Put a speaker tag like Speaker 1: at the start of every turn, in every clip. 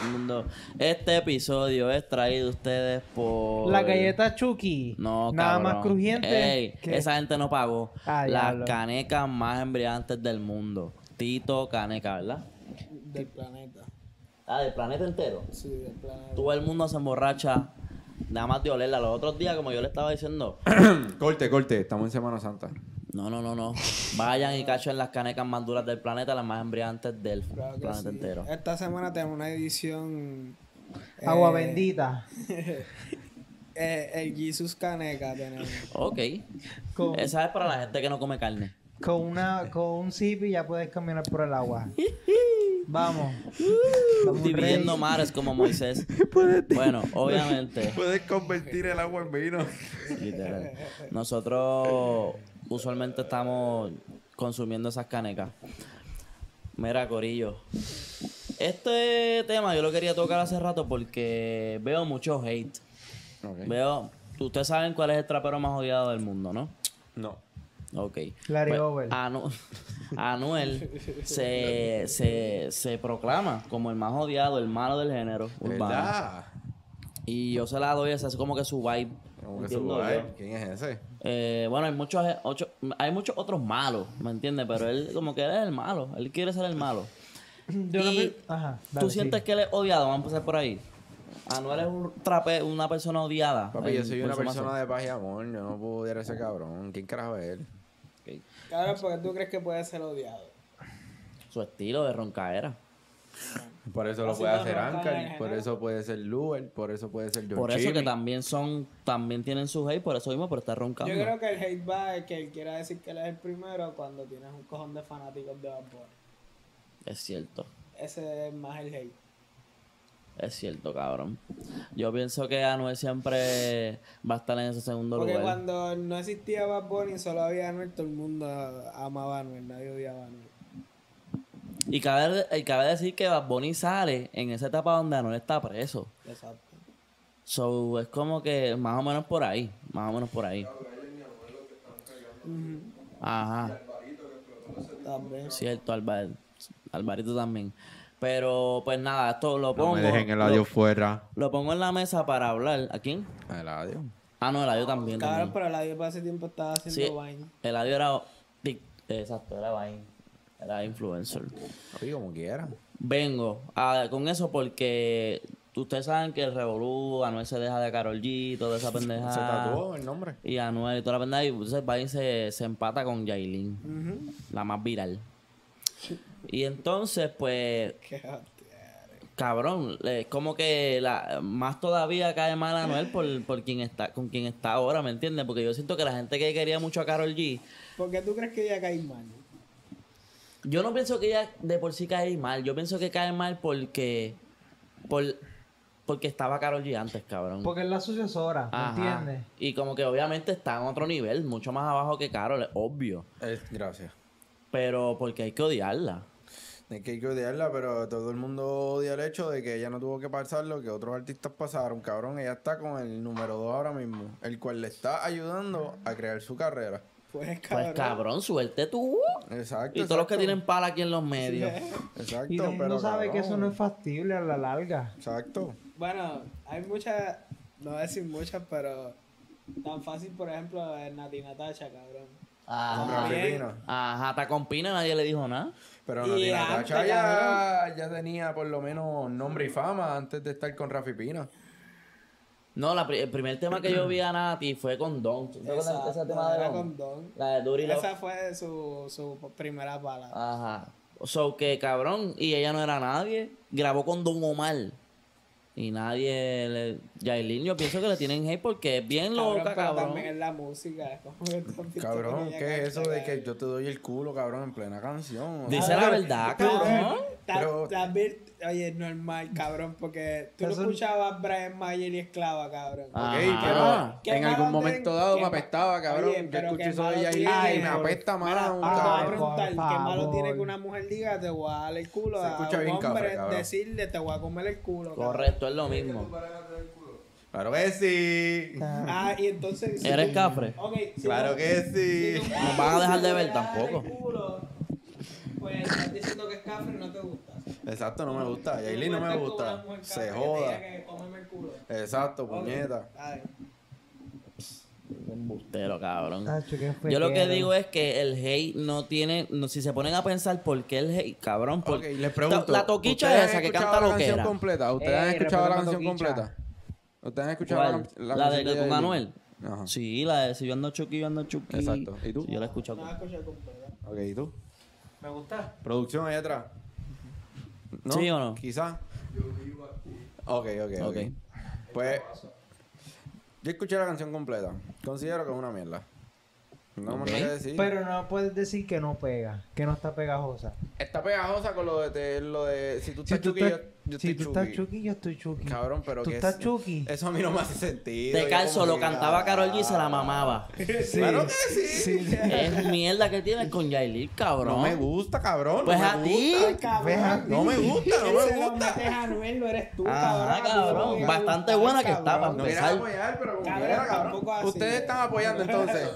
Speaker 1: el mundo. Este episodio es traído a ustedes por.
Speaker 2: La galleta Chucky.
Speaker 1: No,
Speaker 2: Nada
Speaker 1: cabrón.
Speaker 2: más crujiente.
Speaker 1: Ey,
Speaker 2: que-
Speaker 1: esa gente no pagó.
Speaker 2: Ah,
Speaker 1: Las
Speaker 2: diablo.
Speaker 1: canecas más embriagantes del mundo. Tito Caneca, ¿verdad?
Speaker 3: Del planeta.
Speaker 1: Ah, del planeta entero.
Speaker 3: Sí, del planeta.
Speaker 1: Todo el mundo se emborracha. Nada más de olerla. Los otros días, como yo le estaba diciendo,
Speaker 4: Corte, corte, estamos en Semana Santa.
Speaker 1: no, no, no, no. Vayan y cachen las canecas más duras del planeta, las más embriagantes del
Speaker 3: Claro que
Speaker 1: planeta
Speaker 3: sí.
Speaker 1: entero.
Speaker 3: Esta semana tenemos una edición. eh,
Speaker 2: Agua bendita.
Speaker 3: eh, el Jesus Caneca tenemos.
Speaker 1: Ok.
Speaker 2: Con,
Speaker 1: Esa es para la gente que no come carne.
Speaker 2: con una, con un sip y ya puedes caminar por el agua. Vamos. Estamos
Speaker 1: Dividiendo
Speaker 2: ready.
Speaker 1: mares como Moisés. Bueno, obviamente.
Speaker 4: Puedes convertir el agua en vino.
Speaker 1: Literal. Nosotros usualmente estamos consumiendo esas canecas. Mira, Corillo. Este tema yo lo quería tocar hace rato porque veo mucho hate. Veo. Ustedes saben cuál es el trapero más odiado del mundo, ¿no?
Speaker 4: No.
Speaker 1: Ok.
Speaker 2: Larry
Speaker 1: Pues,
Speaker 2: Over.
Speaker 1: Anu- Anuel se, se, se proclama como el más odiado, el malo del género urbano.
Speaker 4: ¿Verdad?
Speaker 1: Y yo se la doy esa, es como que su vibe.
Speaker 4: Como que
Speaker 1: entiendo
Speaker 4: su
Speaker 1: yo.
Speaker 4: vibe. ¿Quién es ese?
Speaker 1: Eh, bueno, hay muchos, ocho- hay muchos otros malos, ¿me entiendes? Pero él como que él es el malo, él quiere ser el malo.
Speaker 2: Yo no
Speaker 1: y
Speaker 2: me- Ajá,
Speaker 1: ¿Tú
Speaker 2: dale,
Speaker 1: sientes
Speaker 2: sí.
Speaker 1: que él es odiado? Vamos a empezar por ahí. Anuel es un trape, una persona odiada.
Speaker 4: Papi, yo
Speaker 1: en-
Speaker 4: soy
Speaker 1: por
Speaker 4: una
Speaker 1: su masa.
Speaker 4: persona de paz y amor. Yo no puedo odiar a ese cabrón. ¿Quién carajo es él?
Speaker 3: Claro, porque tú crees que puede ser odiado.
Speaker 1: Su estilo de roncaera.
Speaker 4: Por eso lo
Speaker 3: Así
Speaker 4: puede
Speaker 3: no
Speaker 4: hacer
Speaker 3: roncan en
Speaker 4: Ancar,
Speaker 3: general.
Speaker 4: por eso puede ser Luer, por eso puede ser John
Speaker 1: por eso que
Speaker 4: Chimmy.
Speaker 1: también son, también tienen su hate, por eso mismo, por estar roncando.
Speaker 3: Yo creo que el hate va a que él quiera decir que él es el primero cuando tienes un cojón de fanáticos de Bad Bunny.
Speaker 1: Es cierto.
Speaker 3: Ese es más el hate.
Speaker 1: Es cierto, cabrón. Yo pienso que Anuel siempre va a estar en ese segundo
Speaker 3: Porque
Speaker 1: lugar.
Speaker 3: cuando no existía Bad Bunny, solo había Anuel, todo el mundo amaba a Anuel, nadie odiaba a Anuel.
Speaker 1: Y cabe, y cabe decir que Bad Bunny sale en esa etapa donde Anuel está preso.
Speaker 3: Exacto.
Speaker 1: So, es como que más o menos por ahí. Más o menos por ahí. Ajá.
Speaker 3: También.
Speaker 1: Cierto, Alvar- Alvarito también. Pero, pues nada, esto lo
Speaker 4: No
Speaker 1: pongo.
Speaker 4: me dejen el
Speaker 1: lo-
Speaker 4: adiós fuera.
Speaker 1: Lo, pongo en la mesa para hablar. ¿A quién?
Speaker 4: El adiós.
Speaker 1: Ah, no, el adiós también.
Speaker 3: Cabrón,
Speaker 1: también.
Speaker 3: pero la vida hace tiempo estaba haciendo
Speaker 1: Sí,
Speaker 3: Vine.
Speaker 1: el adiós era. tic- Exacto, era Vine. Era influencer.
Speaker 4: Papi, como quiera.
Speaker 1: Vengo a- con eso porque ustedes saben que el Revolú, Anuel se deja de Carol G, toda esa pendejada.
Speaker 4: Se tatuó el nombre.
Speaker 1: Y Anuel y toda la pendeja. Y entonces Vine se, se empata con Yailin, la más viral. Y entonces, pues,
Speaker 3: Qué hostia.
Speaker 1: cabrón, es como que la, más todavía cae mal a Anuel por, por quien está, con quien está ahora, ¿me entiendes? Porque yo siento que la gente que quería mucho a Carol G,
Speaker 3: ¿Por qué tú crees que ella cae mal?
Speaker 1: Yo no pienso que ella de por sí cae mal. Yo pienso que cae mal porque. por- porque estaba Carol G antes, cabrón.
Speaker 2: Porque es la sucesora, ¿me
Speaker 1: Ajá.
Speaker 2: entiendes?
Speaker 1: Y como que obviamente está en otro nivel, mucho más abajo que Carol, es obvio.
Speaker 4: Eh, gracias.
Speaker 1: Pero porque hay que odiarla.
Speaker 4: Es que hay que odiarla, pero todo el mundo odia el hecho de que ella no tuvo que pasar lo que otros artistas pasaron. Cabrón, ella está con el número 2 ahora mismo, el cual le está ayudando a crear su carrera.
Speaker 3: Pues
Speaker 1: Pues
Speaker 3: cabrón.
Speaker 1: cabrón, suerte tú.
Speaker 4: Exacto.
Speaker 1: Y todos los
Speaker 4: exacto.
Speaker 1: que tienen pala aquí en los medios.
Speaker 4: Exacto,
Speaker 2: Y todo el mundo
Speaker 4: pero
Speaker 2: sabe que eso
Speaker 4: cabrón.
Speaker 2: no es factible a la larga.
Speaker 4: Exacto.
Speaker 3: Bueno, hay muchas, no voy a decir muchas, pero tan fácil, por ejemplo, es Nati Natasha, cabrón.
Speaker 4: Con
Speaker 1: Ajá.
Speaker 4: Rafi
Speaker 3: bien.
Speaker 4: Pina.
Speaker 1: Ajá, hasta con Pina nadie le dijo nada.
Speaker 4: Pero
Speaker 3: Y
Speaker 4: no tiene
Speaker 3: antes,
Speaker 4: tacha, ya, ya tenía por lo menos nombre y fama antes de estar con Rafi Pina.
Speaker 1: No, la pri- el primer tema que yo vi a Nati fue con Don. ¿Tú te acuerdas de ese
Speaker 3: Exacto,
Speaker 1: tema de
Speaker 3: era
Speaker 1: Don?
Speaker 3: con Don.
Speaker 1: La de Duri Love.
Speaker 3: Esa fue su, su primera pala.
Speaker 4: Ah,
Speaker 1: Ajá. O sea, que cabrón, y ella no era nadie. Grabó con Don Omar. Y nadie le. Yailin, yo pienso que le tienen hate porque es bien
Speaker 3: Cabrón,
Speaker 1: loca,
Speaker 3: pero también
Speaker 1: cabrón.
Speaker 3: es la música. es como que tú has visto
Speaker 4: Cabrón,
Speaker 3: que ella
Speaker 4: ¿qué es
Speaker 3: canta,
Speaker 4: eso de que
Speaker 3: cabrón.
Speaker 4: yo te doy el culo, cabrón, en plena canción? O sea,
Speaker 1: Dice la verdad, cabrón.
Speaker 3: Ta-
Speaker 4: Pero-
Speaker 3: también- oye, normal, cabrón, porque tú no
Speaker 2: Eso-
Speaker 3: escuchabas Brian Mayer y Esclava, cabrón.
Speaker 1: Ah,
Speaker 4: Ok,
Speaker 1: Ajá.
Speaker 4: pero
Speaker 3: Qué
Speaker 4: en
Speaker 3: malo
Speaker 4: algún
Speaker 3: ten-
Speaker 4: momento dado
Speaker 3: qué
Speaker 4: me apestaba,
Speaker 3: ma-
Speaker 4: cabrón.
Speaker 3: Oye,
Speaker 4: Yo
Speaker 3: pero
Speaker 4: escuché
Speaker 3: qué
Speaker 4: eso
Speaker 3: malo
Speaker 4: de
Speaker 3: tiene.
Speaker 4: ahí y me apesta más.
Speaker 3: Mira,
Speaker 4: un
Speaker 3: ah, te voy a
Speaker 4: cabrón.
Speaker 3: preguntar,
Speaker 2: Por
Speaker 3: ¿qué malo tiene
Speaker 2: favor.
Speaker 3: que una mujer diga te voy a dar el culo
Speaker 4: Se
Speaker 3: a
Speaker 4: escucha
Speaker 3: un
Speaker 4: bien
Speaker 3: hombre
Speaker 4: cafre, cabrón.
Speaker 3: decirle te voy a comer el culo? cabrón"?
Speaker 1: Correcto, es lo mismo.
Speaker 4: Claro que sí.
Speaker 3: Ah, y entonces... si
Speaker 1: ¿Eres
Speaker 3: tú-
Speaker 1: cafre?
Speaker 3: Ok, si
Speaker 4: Claro
Speaker 3: tú-
Speaker 4: que
Speaker 3: si tú-
Speaker 4: sí.
Speaker 1: Nos van a dejar de
Speaker 3: si
Speaker 1: ver
Speaker 3: te voy a dar el
Speaker 1: tampoco.
Speaker 3: culo, Pues estás diciendo que es cafre y no te gusta.
Speaker 4: Exacto, no me gusta. Yailin no me gusta. Se joda. Exacto, puñeta.
Speaker 1: Embustero, cabrón.
Speaker 2: Tacho, qué
Speaker 1: Yo lo que
Speaker 2: fequero.
Speaker 1: digo es que el hate no tiene. no- si se ponen a pensar por qué el hate, cabrón. por-
Speaker 4: Ok, les pregunto.
Speaker 1: La toquicha
Speaker 4: ¿ustedes han
Speaker 1: esa que
Speaker 4: escuchado
Speaker 1: canta
Speaker 4: la
Speaker 1: lo que
Speaker 4: canción
Speaker 1: era.
Speaker 4: completa? ¿Ustedes han
Speaker 2: Ey,
Speaker 4: escuchado la
Speaker 2: respeta
Speaker 4: canción
Speaker 2: Toquicha.
Speaker 4: completa? ¿Ustedes han escuchado la,
Speaker 1: ¿Cuál?
Speaker 4: can- la
Speaker 1: ¿La
Speaker 4: canción
Speaker 1: de-
Speaker 4: de
Speaker 1: de
Speaker 4: Yailin?
Speaker 1: Manuel?
Speaker 4: Ajá.
Speaker 1: Sí, la de si yo ando chuki, yo ando chuki.
Speaker 4: Exacto. ¿Y tú?
Speaker 1: Sí, yo la he escuchado.
Speaker 4: Ok, ¿y tú?
Speaker 2: Me gusta.
Speaker 4: ¿Producción allá atrás?
Speaker 1: ¿Sí o no?
Speaker 4: Quizás. Ok, ok, ok.
Speaker 1: Ok.
Speaker 4: Pues, yo escuché la canción completa. Considero que es una mierda. No
Speaker 1: Ok.
Speaker 4: me lo sé decir.
Speaker 2: Pero no puedes decir que no pega, que no está pegajosa.
Speaker 4: Está pegajosa con lo de, te- lo de si tú
Speaker 2: Si
Speaker 4: estás
Speaker 2: tú
Speaker 4: chuki,
Speaker 2: estás,
Speaker 4: yo, yo
Speaker 2: si
Speaker 4: estoy
Speaker 2: tú estás
Speaker 4: chuki.
Speaker 2: chuki, yo estoy chuki.
Speaker 4: Cabrón, pero
Speaker 2: ¿Tú
Speaker 4: que
Speaker 2: estás
Speaker 4: es-
Speaker 2: chuki?
Speaker 4: Eso a mí no me hace sentido.
Speaker 1: De
Speaker 4: Yo
Speaker 1: calzo
Speaker 4: como
Speaker 1: lo
Speaker 4: que,
Speaker 1: cantaba
Speaker 4: ah,
Speaker 1: Carol G y se la mamaba.
Speaker 2: Sí.
Speaker 4: Claro que sí.
Speaker 1: es mierda que tienes con Yailin, cabrón.
Speaker 4: No me gusta, cabrón.
Speaker 1: Pues
Speaker 4: no me
Speaker 1: a ti.
Speaker 4: gusta.
Speaker 2: Vean,
Speaker 4: No me gusta, no me gusta.
Speaker 3: no eres tú,
Speaker 1: Ajá,
Speaker 3: cabrón.
Speaker 1: cabrón. Bastante buena que está, pa'
Speaker 4: No
Speaker 1: empezar.
Speaker 4: quieras apoyar, pero como
Speaker 3: Cabrón,
Speaker 4: quiera, cabrón.
Speaker 3: tampoco así.
Speaker 4: Ustedes están apoyando entonces.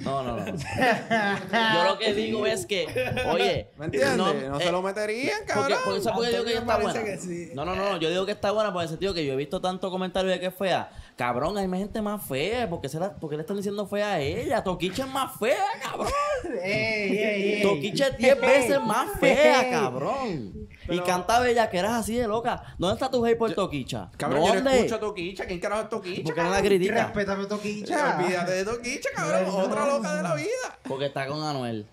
Speaker 1: No, no, no. Yo lo que digo es que, oye,
Speaker 4: ¿Me entiendes? No, se
Speaker 1: eh,
Speaker 4: lo meterían,
Speaker 1: porque,
Speaker 4: cabrón.
Speaker 1: por eso porque yo digo que
Speaker 3: Antonio
Speaker 1: está
Speaker 3: parece
Speaker 1: buena.
Speaker 3: que sí.
Speaker 1: No, no, no, no, yo digo que está buena por el sentido que yo he visto tanto comentario de que es fea. Cabrón, hay más gente más fea. ¿Por qué, se la- por qué le están diciendo fea a ella? Toquicha es más fea, cabrón.
Speaker 2: Ey, ey, ey.
Speaker 1: Toquicha es 10 veces más fea, cabrón. Y canta bella que eras así de loca. ¿Dónde está tu hate por Toquicha?
Speaker 4: Cabrón, yo no
Speaker 1: ¿Dónde?
Speaker 4: escucho a Toquicha. ¿Quién carajo es Toquicha?
Speaker 1: ¿Por qué no la
Speaker 4: cabrón?
Speaker 1: criticas?
Speaker 2: Respétame toquicha.
Speaker 4: Olvídate de Toquicha, cabrón.
Speaker 2: No, no,
Speaker 4: Otra
Speaker 2: no.
Speaker 4: loca de la vida.
Speaker 1: Porque está con Anuel.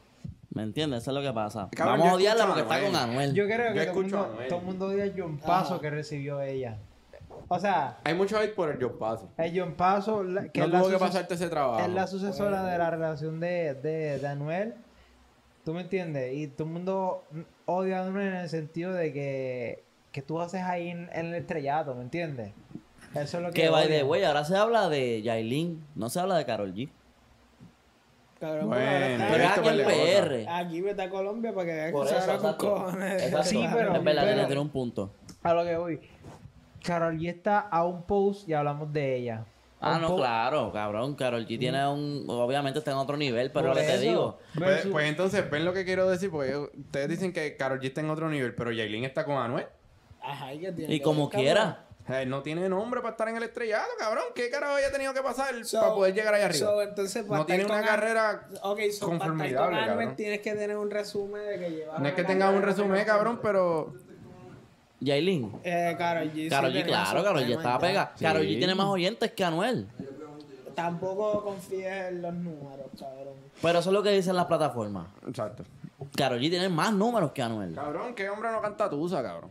Speaker 1: ¿Me entiendes? Eso es lo que pasa.
Speaker 4: Cabrón,
Speaker 1: Vamos a
Speaker 4: yo
Speaker 1: odiarla
Speaker 4: escucho a
Speaker 1: porque está con
Speaker 4: Anuel.
Speaker 1: Anuel.
Speaker 2: Yo creo
Speaker 4: Yo
Speaker 2: que todo el
Speaker 4: escucho a
Speaker 2: mundo,
Speaker 4: Anuel.
Speaker 2: todo el mundo dio el John Paso que recibió ella. O sea,
Speaker 4: Hay mucho hate por el John Paso.
Speaker 2: el John Paso, la- que
Speaker 4: No
Speaker 2: es la
Speaker 4: tuvo que
Speaker 2: suces-
Speaker 4: pasarte ese trabajo.
Speaker 2: es la sucesora de la relación de, de, de Anuel. ¿Tú me entiendes? Y todo el mundo odia a Anuel en el sentido de que, que tú haces ahí en, en el estrellato, ¿me entiendes? Eso es lo que.
Speaker 1: Que by the
Speaker 2: odian.
Speaker 1: way, ahora se habla de Yailin, no se habla de Carol G.
Speaker 3: Cabrón,
Speaker 4: Bueno,
Speaker 1: Pero es
Speaker 4: visto
Speaker 1: aquí en
Speaker 4: varias cosas.
Speaker 1: PR.
Speaker 3: Aquí vete a Colombia para que veas
Speaker 1: Por
Speaker 3: que se
Speaker 1: eso,
Speaker 3: abra con
Speaker 1: exacto.
Speaker 3: cojones.
Speaker 1: Exacto.
Speaker 2: Sí, pero-
Speaker 1: Es verdad,
Speaker 2: pero-
Speaker 1: tiene, tiene un punto.
Speaker 2: A lo que voy. Carol G está a un post y hablamos de ella. A
Speaker 1: Ah,
Speaker 2: un
Speaker 1: no,
Speaker 2: post-
Speaker 1: claro, cabrón. Carol G tiene un. Obviamente está en otro nivel, pero
Speaker 2: por
Speaker 1: lo que te
Speaker 2: eso.
Speaker 1: digo.
Speaker 4: Pues,
Speaker 2: Versus-
Speaker 4: pues entonces, ven lo que quiero decir, porque ustedes dicen que Karol G está en otro nivel, pero Yailin está con Anuel.
Speaker 3: Ajá, ¿y qué tiene
Speaker 1: Y
Speaker 3: que
Speaker 1: como
Speaker 3: ver, cabrón?
Speaker 1: quiera.
Speaker 4: Eh, no tiene nombre para estar en el estrellado, cabrón. ¿Qué carajo haya tenido que pasar
Speaker 3: So,
Speaker 4: para poder llegar allá arriba?
Speaker 3: so, entonces, para
Speaker 4: no tiene
Speaker 3: estar
Speaker 4: una
Speaker 3: con Anuel-
Speaker 4: carrera.
Speaker 3: Ok, so, para estar con
Speaker 4: conformidable,
Speaker 3: Anuel
Speaker 4: cabrón.
Speaker 3: tienes que tener un resumen de que llevas
Speaker 4: No es que
Speaker 3: una
Speaker 4: tenga un
Speaker 3: carrera
Speaker 4: resumen,
Speaker 3: de-
Speaker 4: cabrón, pero.
Speaker 1: Yailin.
Speaker 3: Eh, Karol G.
Speaker 1: Carol
Speaker 3: sí
Speaker 1: G,
Speaker 3: tenía
Speaker 1: claro,
Speaker 3: sus
Speaker 1: Carol G
Speaker 3: temas
Speaker 1: estaba
Speaker 3: ya.
Speaker 1: pega.
Speaker 4: Sí.
Speaker 1: Carol G tiene más oyentes que Anuel.
Speaker 3: Tampoco confíes en los números, cabrón.
Speaker 1: Pero eso es lo que dicen las plataformas.
Speaker 4: Exacto.
Speaker 1: Carol G tiene más números que Anuel.
Speaker 4: Cabrón, ¿qué hombre no canta Tusa, cabrón?